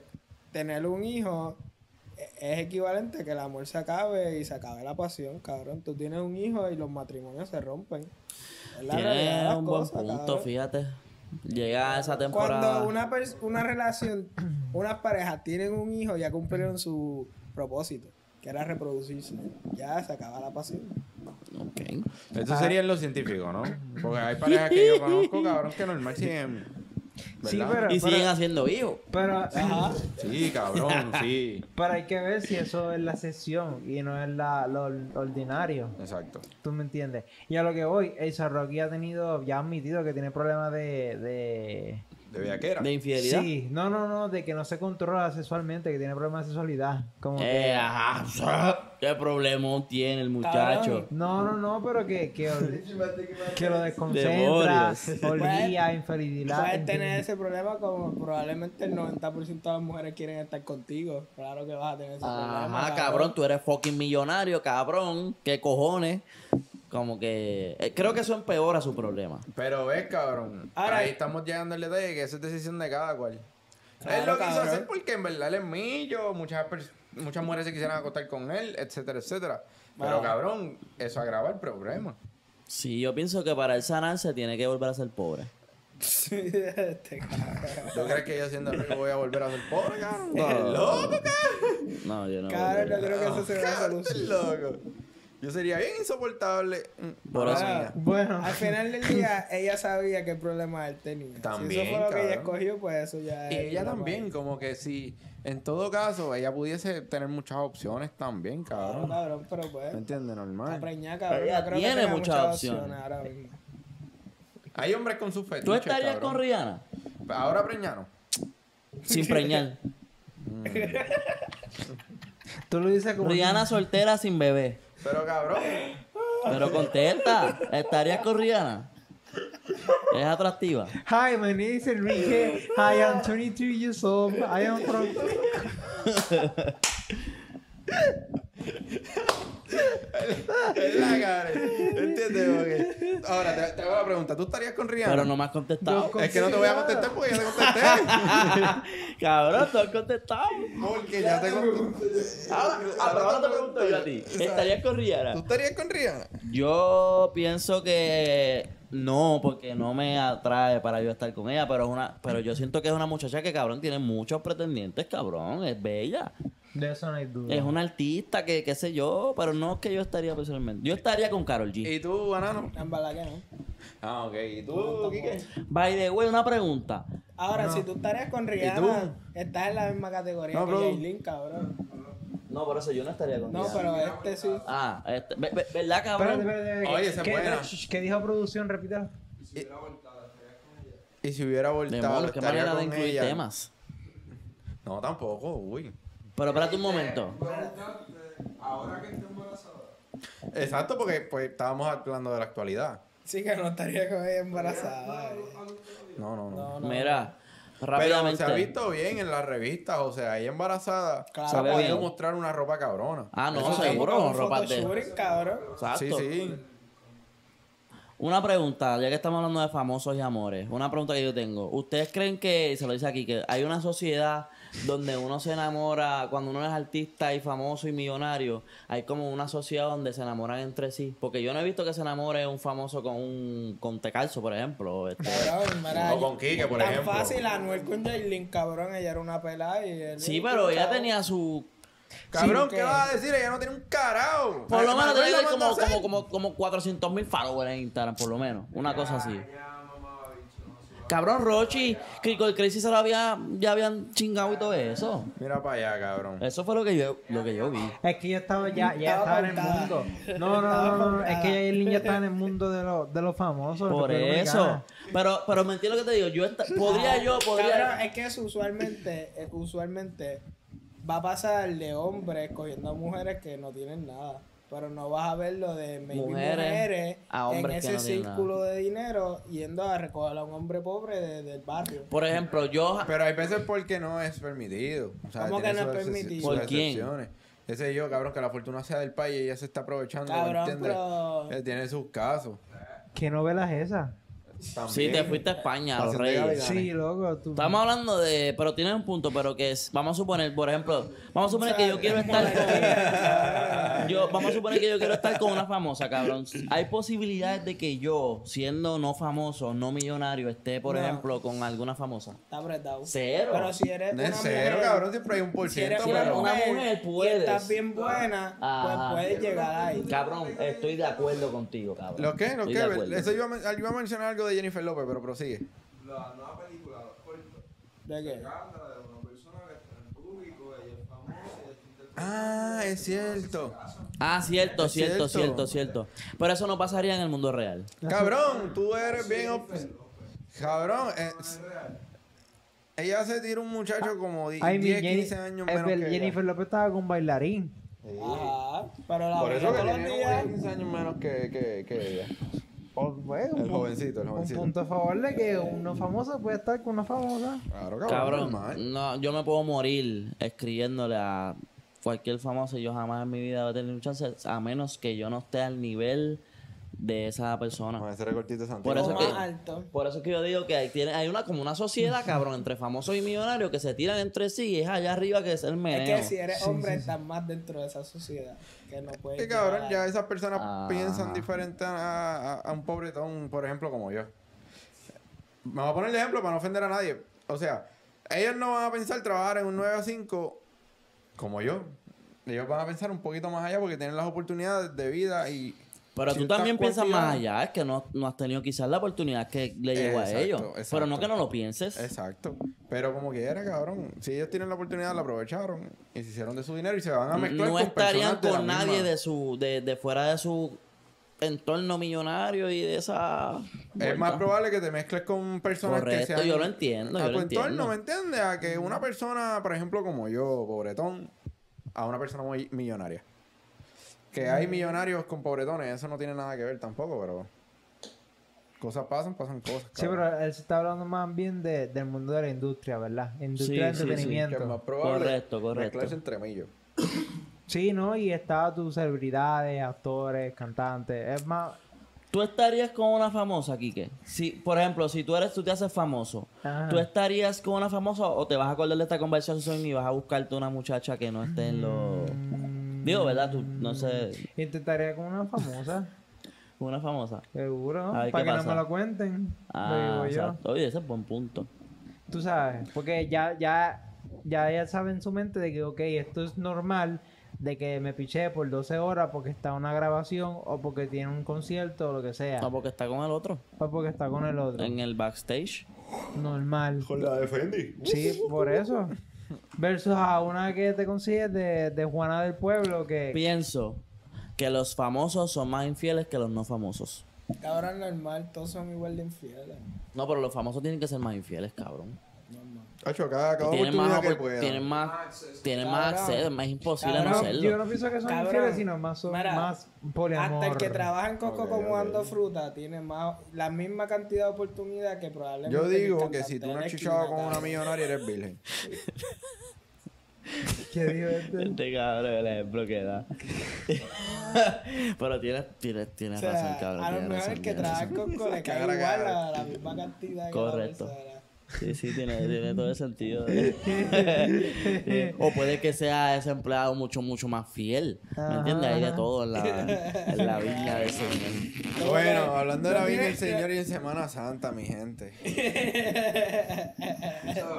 Speaker 3: Tener un hijo e- es equivalente a que el amor se acabe y se acabe la pasión, cabrón. Tú tienes un hijo y los matrimonios se rompen. Es la realidad de
Speaker 1: Tiene
Speaker 3: las
Speaker 1: un buen
Speaker 3: cosas,
Speaker 1: punto,
Speaker 3: cabrón.
Speaker 1: fíjate. Llega a esa temporada.
Speaker 3: Cuando una, pers- una relación, unas parejas tienen un hijo, ya cumplieron su propósito, que era reproducirse. Ya se acaba la pasión.
Speaker 1: Ok.
Speaker 4: Eso sería en lo científico, ¿no? Porque hay parejas que yo conozco, cabrón, que normal siguen.
Speaker 2: Sí,
Speaker 4: ¿verdad?
Speaker 2: pero,
Speaker 1: Y
Speaker 2: pero,
Speaker 1: siguen haciendo hijos.
Speaker 2: pero,
Speaker 3: Ajá.
Speaker 4: Sí, cabrón, sí.
Speaker 2: pero hay que ver si eso es la sesión y no es la, lo ordinario.
Speaker 4: Exacto.
Speaker 2: Tú me entiendes. Y a lo que voy, el Rocky ha tenido, ya ha admitido que tiene problemas de. de...
Speaker 4: De bellaquera.
Speaker 1: De infidelidad.
Speaker 2: Sí, no, no, no, de que no se controla sexualmente, que tiene problemas de sexualidad. Como
Speaker 1: Eh,
Speaker 2: que.
Speaker 1: ajá. ¿Qué problema tiene el muchacho?
Speaker 2: No, no, no, pero que, que, que lo desconcentra,
Speaker 1: Demonios.
Speaker 2: olvía,
Speaker 3: Puedes
Speaker 2: infidelidad.
Speaker 3: tener ese problema como probablemente el 90% de las mujeres quieren estar contigo. Claro que vas a tener ese problema.
Speaker 1: Ajá, cabrón, tú eres fucking millonario, cabrón. ¿Qué cojones? Como que. eh, creo que eso empeora su problema.
Speaker 4: Pero ves, cabrón.
Speaker 3: Ahora-
Speaker 4: ahí estamos llegando al detalle que eso es decisión de cada cual.
Speaker 3: Claro,
Speaker 4: él lo quiso
Speaker 3: cabrón.
Speaker 4: hacer porque en verdad él es millo. Muchas, pers- muchas mujeres se quisieran acostar con él, etcétera, etcétera. Pero,
Speaker 3: Ah.
Speaker 4: cabrón, eso agrava el problema.
Speaker 1: Sí, yo pienso que para él sanarse tiene que volver a ser pobre.
Speaker 3: Sí, este cabrón.
Speaker 4: ¿Tú crees que yo siendo rico voy a volver a ser pobre, cabrón? ¡Estás loco,
Speaker 1: No, yo no.
Speaker 3: Cabrón, no
Speaker 1: volvería.
Speaker 3: creo que eso sea una
Speaker 4: cabrón! ¡Estás
Speaker 3: solución.
Speaker 4: loco! Yo sería bien insoportable. Mm,
Speaker 1: Por eso.
Speaker 4: mía.
Speaker 2: Bueno,
Speaker 3: Ah, Al final del día, ella sabía qué problema él tenía. si
Speaker 4: También,
Speaker 3: eso fue lo que ella
Speaker 4: cabrón.
Speaker 3: escogió, pues eso ya
Speaker 4: Y
Speaker 3: es
Speaker 4: ella
Speaker 3: problema
Speaker 4: también,
Speaker 3: de
Speaker 4: como que si en todo caso ella pudiese tener muchas opciones también,
Speaker 3: Claro,
Speaker 4: cabrón.
Speaker 3: cabrón, pero pues.
Speaker 4: ¿Me entiendes?
Speaker 3: Está
Speaker 4: Normal.
Speaker 3: preñada, cabrón.
Speaker 1: Ella
Speaker 3: no creo que
Speaker 1: tiene
Speaker 3: tenga
Speaker 1: muchas opciones.
Speaker 3: ahora mismo.
Speaker 4: Hay hombres con sus fetiches,
Speaker 1: ¿Tú estarías
Speaker 4: cabrón.
Speaker 1: con Rihanna?
Speaker 4: Ahora preñano.
Speaker 1: Sin preñar.
Speaker 2: tú lo dices como.
Speaker 1: Rihanna soltera sin bebé.
Speaker 4: Pero cabrón,
Speaker 1: Pero contesta, ¿estarías con Rihanna? Es atractiva.
Speaker 2: Hi, my name is Enrique. I am 22 years old. I am from...
Speaker 4: Es la cara. ¿Entiendes? Porque- Ahora, te, te hago la pregunta. ¿Tú estarías con Rihanna?
Speaker 1: Pero no me has contestado.
Speaker 4: Es que no te voy a contestar porque ya te contesté.
Speaker 1: Cabrón, tú has contestado.
Speaker 4: Porque ya te contesté.
Speaker 1: Ahora, ahora
Speaker 4: Ahora
Speaker 1: te pregunto yo a ti.
Speaker 4: Exacto.
Speaker 1: ¿Estarías con Rihanna?
Speaker 4: ¿Tú estarías con Rihanna?
Speaker 1: Yo pienso que no, porque no me atrae para yo estar con ella, pero es una, pero yo siento que es una muchacha que cabrón tiene muchos pretendientes, cabrón, es bella,
Speaker 2: De eso no hay duda.
Speaker 1: es una artista que qué sé yo, pero no es que yo estaría personalmente. Yo estaría con Carol G.
Speaker 3: Eh,
Speaker 4: ¿Y tú, banano?
Speaker 3: En verdad que no.
Speaker 4: Ah, ok. ¿Y tú, Kike?
Speaker 1: By the way, una pregunta.
Speaker 3: Ahora, si tú estarías con Rihanna, estás en la misma categoría
Speaker 4: No,
Speaker 3: que
Speaker 4: bro.
Speaker 3: Yailin, cabrón.
Speaker 1: No, por eso yo no estaría con
Speaker 3: No,
Speaker 1: ella.
Speaker 3: pero este sí.
Speaker 1: Ah, este, ve- ve- ¿verdad,
Speaker 2: Espérate,
Speaker 1: cabrón?
Speaker 2: espérate, espérate.
Speaker 4: Oye, esa es
Speaker 2: ¿Qué-
Speaker 4: buena.
Speaker 2: shh, ¿Qué dijo producción? Repítelo.
Speaker 4: Y si hubiera voltado,
Speaker 1: Demonios, qué
Speaker 4: estaría
Speaker 1: manera de
Speaker 4: con
Speaker 1: incluir
Speaker 4: ella.
Speaker 1: temas.
Speaker 4: No, tampoco, uy.
Speaker 1: Pero espérate un
Speaker 4: Este,
Speaker 1: momento.
Speaker 4: Exacto, porque pues, estábamos hablando de la actualidad.
Speaker 3: Sí que no estaría con ella embarazada. eh.
Speaker 4: No, no, no.
Speaker 1: Mira,
Speaker 4: Pero se
Speaker 1: rápidamente.
Speaker 4: ha visto bien en las revistas, o sea, ella embarazada
Speaker 3: Claro.
Speaker 4: se ha
Speaker 1: Sabe
Speaker 4: podido
Speaker 1: bien.
Speaker 4: mostrar una ropa cabrona.
Speaker 1: Ah, no,
Speaker 3: Eso
Speaker 4: Eso
Speaker 3: es
Speaker 1: seguro,
Speaker 3: como un
Speaker 1: ropas de-
Speaker 3: photoshooting, cabrón.
Speaker 1: Exacto.
Speaker 4: Sí, sí.
Speaker 1: Una pregunta, ya que estamos hablando de famosos y amores, una pregunta que yo tengo. ¿Ustedes creen que, y se lo dice aquí, que hay una sociedad donde uno se enamora, cuando uno es artista y famoso y millonario, hay como una sociedad donde se enamoran entre sí? Porque yo no he visto que se enamore un famoso con un con Tecalzo, por ejemplo. este.
Speaker 3: Cabrón, mira,
Speaker 4: O con Quique, por
Speaker 3: tan
Speaker 4: ejemplo.
Speaker 3: fácil, Anuel con Yailin, cabrón, ella era una pelada y él-
Speaker 1: Sí, pero ella tenía su...
Speaker 4: Cabrón,
Speaker 3: Sí,
Speaker 4: ¿qué
Speaker 3: ¿qué?
Speaker 4: vas a decir? Ella no tiene un carajo.
Speaker 1: Por lo menos
Speaker 4: Manuel
Speaker 1: tenía
Speaker 4: Eh, lo mandó a
Speaker 1: como, como,
Speaker 4: hacer.
Speaker 1: como, como 400 mil followers en Instagram, por lo menos. Una cosa así. Cabrón, Rochi, Cricol Crazy se lo había, ya habían chingado y todo eso.
Speaker 4: Mira para allá, cabrón.
Speaker 1: Eso fue lo que yo, lo que yo vi.
Speaker 2: Es que yo estaba ya, ya estaba
Speaker 3: Estaba
Speaker 2: en el
Speaker 3: pautada.
Speaker 2: mundo. No, no, no, no, no, Es que
Speaker 3: pautada.
Speaker 2: Yailin ya estaba en el mundo de, los de los famosos.
Speaker 1: Por
Speaker 2: República
Speaker 1: eso.
Speaker 2: Dominicana.
Speaker 1: Pero, pero me entiendes lo que te digo. Yo esta- podría yo,
Speaker 3: Ah, Cabrón,
Speaker 1: podría.
Speaker 3: es que eso usualmente, eh, usualmente va a pasar de hombres cogiendo a mujeres que no tienen nada. Pero no vas a ver lo de maybe
Speaker 1: Mujeres
Speaker 3: mujeres,
Speaker 1: a
Speaker 3: en
Speaker 1: hombres que
Speaker 3: ese
Speaker 1: no tienen
Speaker 3: círculo de dinero yendo a recoger a un hombre pobre de- del barrio.
Speaker 1: Por ejemplo, yo.
Speaker 4: Pero hay veces porque no es permitido. O sea,
Speaker 3: ¿Cómo que
Speaker 4: tiene
Speaker 3: no es
Speaker 4: sus exce-
Speaker 3: permitido?
Speaker 4: sus
Speaker 1: ¿Por quién?
Speaker 4: excepciones. Qué sé yo, cabrón, que la fortuna sea del país y ella se está aprovechando. ¿me
Speaker 3: Cabrón,
Speaker 4: entiendes?
Speaker 3: pero-
Speaker 4: Eh, Tiene sus casos.
Speaker 2: ¿Qué novela es esa?
Speaker 1: Sí, te fuiste a España, a los
Speaker 4: Pasión de
Speaker 1: reyes.
Speaker 4: Gavilanes.
Speaker 2: Sí, loco. Tú...
Speaker 1: Estamos hablando de. Pero tienes un punto, pero que es. Vamos a suponer, por ejemplo. Vamos a suponer que yo quiero estar con. Yo, vamos a suponer que yo quiero estar con una famosa, cabrón. Hay posibilidades de que yo, siendo no famoso, no millonario, esté, por
Speaker 3: No.
Speaker 1: ejemplo, con alguna famosa.
Speaker 3: Está apretado.
Speaker 1: Cero.
Speaker 3: Pero si eres
Speaker 4: No
Speaker 3: una
Speaker 4: es cero,
Speaker 3: mujer,
Speaker 4: cabrón, siempre hay un por
Speaker 3: si eres
Speaker 4: ciento.
Speaker 3: una
Speaker 1: pero-
Speaker 4: pero-
Speaker 1: Una
Speaker 3: mujer,
Speaker 1: mujer,
Speaker 3: y
Speaker 1: puedes.
Speaker 3: estás
Speaker 1: Ah,
Speaker 3: bien buena,
Speaker 1: Ajá.
Speaker 3: pues puedes llegar ahí.
Speaker 1: Cabrón, estoy de acuerdo contigo, cabrón.
Speaker 4: ¿Lo qué? ¿Lo
Speaker 1: Estoy
Speaker 4: qué?
Speaker 1: de acuerdo.
Speaker 4: Eso iba a, men- iba a mencionar algo de Jennifer López, pero prosigue.
Speaker 3: ¿De qué?
Speaker 4: Ah, es cierto.
Speaker 1: Ah, cierto,
Speaker 4: Es
Speaker 1: cierto, cierto,
Speaker 4: cierto.
Speaker 1: cierto, Pero eso no pasaría en el mundo real.
Speaker 4: Cabrón, tú eres bien. ob- Cabrón, eh, ella se tira un muchacho como di-
Speaker 2: Ah, Ay, mi
Speaker 4: 10,
Speaker 2: Jenny-
Speaker 4: 15 años
Speaker 2: es
Speaker 4: menos.
Speaker 2: ver-
Speaker 4: que
Speaker 2: Jennifer López estaba con bailarín.
Speaker 3: Ajá. Pero la
Speaker 4: Ella. Por
Speaker 3: ves
Speaker 4: eso que
Speaker 3: todos los
Speaker 4: tiene como 10,
Speaker 3: días.
Speaker 4: 15 años menos que, que, que ella.
Speaker 2: O, bueno, Pues, un
Speaker 4: El
Speaker 2: pu-
Speaker 4: jovencito, el
Speaker 2: Un
Speaker 4: jovencito.
Speaker 2: punto a favor de que uno famoso puede estar con una famosa.
Speaker 4: Claro, cabrón.
Speaker 1: Cabrón,
Speaker 4: normal.
Speaker 1: no, yo me puedo morir escribiéndole a cualquier famoso. y Yo jamás en mi vida voy a tener un chance, a menos que yo no esté al nivel de esa
Speaker 4: Con
Speaker 1: persona.
Speaker 4: ese recortito de
Speaker 1: Mm. Por
Speaker 4: Santiago.
Speaker 1: eso
Speaker 3: o más
Speaker 1: que-
Speaker 3: alto.
Speaker 1: Por eso es que yo digo que hay, tiene, hay una como una sociedad, cabrón, entre famosos y millonarios que se tiran entre sí y es allá arriba que es el
Speaker 3: Es
Speaker 1: meneo.
Speaker 3: que si eres hombre, estás más dentro de esa sociedad. Que no puedes.
Speaker 4: Que cabrón, ya
Speaker 3: llegar
Speaker 4: esas personas
Speaker 1: Ah.
Speaker 4: piensan diferente a, a- a un pobretón, por ejemplo, como yo. Me voy a poner el ejemplo para no ofender a nadie. O sea, ellos no van a pensar trabajar en un 9 a 5 como yo. Ellos van a pensar un poquito más allá porque tienen las oportunidades de vida y.
Speaker 1: Pero tú
Speaker 4: ciertas
Speaker 1: también piensas más
Speaker 4: cualidades.
Speaker 1: allá, es que no, no has tenido quizás la oportunidad que le llegó a
Speaker 4: Exacto,
Speaker 1: ellos. Pero
Speaker 4: exacto.
Speaker 1: no que no lo pienses.
Speaker 4: Exacto. Pero como quiera, cabrón. Si ellos tienen la oportunidad, la aprovecharon y se hicieron de su dinero y se van a mezclar
Speaker 1: no
Speaker 4: con
Speaker 1: estarían
Speaker 4: personas de la
Speaker 1: con nadie
Speaker 4: misma-
Speaker 1: de su de, de fuera de su entorno millonario y de esa
Speaker 4: Es más probable que te mezcles con personas que
Speaker 1: Correcto,
Speaker 4: sean...
Speaker 1: yo lo entiendo,
Speaker 4: A
Speaker 1: yo
Speaker 4: tu
Speaker 1: lo
Speaker 4: entorno,
Speaker 1: entiendo.
Speaker 4: ¿me entiendes? A que una persona, por ejemplo, como yo, pobretón, a una persona muy millonaria.
Speaker 1: Mm.
Speaker 4: Que hay millonarios con pobretones, eso no tiene nada que ver tampoco, pero... Cosas pasan, pasan cosas.
Speaker 2: Sí,
Speaker 4: cabrón.
Speaker 2: pero él se está hablando más bien de- del mundo de la industria, ¿verdad? Industria
Speaker 1: Sí, sí, sí.
Speaker 2: de
Speaker 4: Que es más
Speaker 2: entretenimiento.
Speaker 4: probable
Speaker 1: Correcto, correcto.
Speaker 4: mezclarse entre millos.
Speaker 2: Sí, ¿no? Y está tus celebridades, actores, cantantes. Es más...
Speaker 1: ¿Tú estarías con una famosa, Quique? Si, por ejemplo, si tú eres, tú te haces famoso,
Speaker 2: Ajá.
Speaker 1: ¿tú estarías con una famosa o te vas a acordar de esta conversación y vas a buscarte una muchacha que no esté en los...
Speaker 2: Mm.
Speaker 1: Digo, ¿verdad? Tú, no sé,
Speaker 2: Intentaría con una famosa,
Speaker 1: una famosa.
Speaker 2: seguro.
Speaker 1: A ver,
Speaker 2: Para
Speaker 1: ¿qué
Speaker 2: que no
Speaker 1: pasa?
Speaker 2: me lo cuenten.
Speaker 1: Ah,
Speaker 2: lo digo yo.
Speaker 1: exacto. Oye, ese es buen punto.
Speaker 2: Tú sabes, porque ya, ya, ya ella sabe en su mente de que, ok, esto es normal, de que me piché por 12 horas porque está una grabación o porque tiene un concierto o lo que sea,
Speaker 1: No, porque está con el otro,
Speaker 2: o porque está con el otro.
Speaker 1: Ah, en el backstage.
Speaker 2: Normal.
Speaker 4: Con la de Fendi.
Speaker 2: Sí, por eso. Versus a una que te consigues de, de Juana del Pueblo, que
Speaker 1: Pienso que los famosos son más infieles que los no famosos.
Speaker 3: Cabrón, normal, todos son igual de infieles.
Speaker 1: No, pero los famosos tienen que ser más infieles, cabrón.
Speaker 4: Hacho, cada, cada
Speaker 3: pues,
Speaker 1: Tienen más,
Speaker 4: oportunidad que
Speaker 1: opor-
Speaker 4: pueda.
Speaker 1: tienen más, tienen más
Speaker 3: Cabrón.
Speaker 1: acceso, es más imposible no
Speaker 3: Cabrón,
Speaker 1: serlo.
Speaker 2: yo no pienso que son
Speaker 3: Cabrón.
Speaker 2: infieles, sino más, son-
Speaker 3: Mira,
Speaker 2: más poliamor.
Speaker 3: Hasta el que trabaja en
Speaker 4: Ok,
Speaker 3: Costco
Speaker 4: ok.
Speaker 3: como dando fruta tiene más, la misma cantidad de oportunidad que probablemente.
Speaker 4: Yo digo
Speaker 3: el
Speaker 4: que si tú no
Speaker 3: cantante
Speaker 4: has
Speaker 3: de la
Speaker 4: chichado
Speaker 3: esquina,
Speaker 4: con una
Speaker 3: cabrón.
Speaker 4: millonaria, eres virgen.
Speaker 2: ¿Qué dijo este?
Speaker 1: Este cabrón, el ejemplo que da. Pero tienes, tienes, tienes
Speaker 3: O sea,
Speaker 1: razón, cabrón.
Speaker 3: a lo
Speaker 1: tienes
Speaker 3: mejor
Speaker 1: razón,
Speaker 3: el que
Speaker 1: tienes
Speaker 3: trabaja
Speaker 1: razón.
Speaker 3: en Costco le cae
Speaker 4: Cara,
Speaker 3: igual
Speaker 4: cara.
Speaker 3: a la misma cantidad que la
Speaker 1: Correcto.
Speaker 3: persona.
Speaker 1: Sí, sí, tiene, tiene todo el sentido. Sí. o puede que sea ese empleado mucho, mucho más fiel. ¿Me entiendes? Hay de todo en la, en la viña de ese
Speaker 4: Bueno, hablando de la vida del Señor y en Semana Santa, mi gente.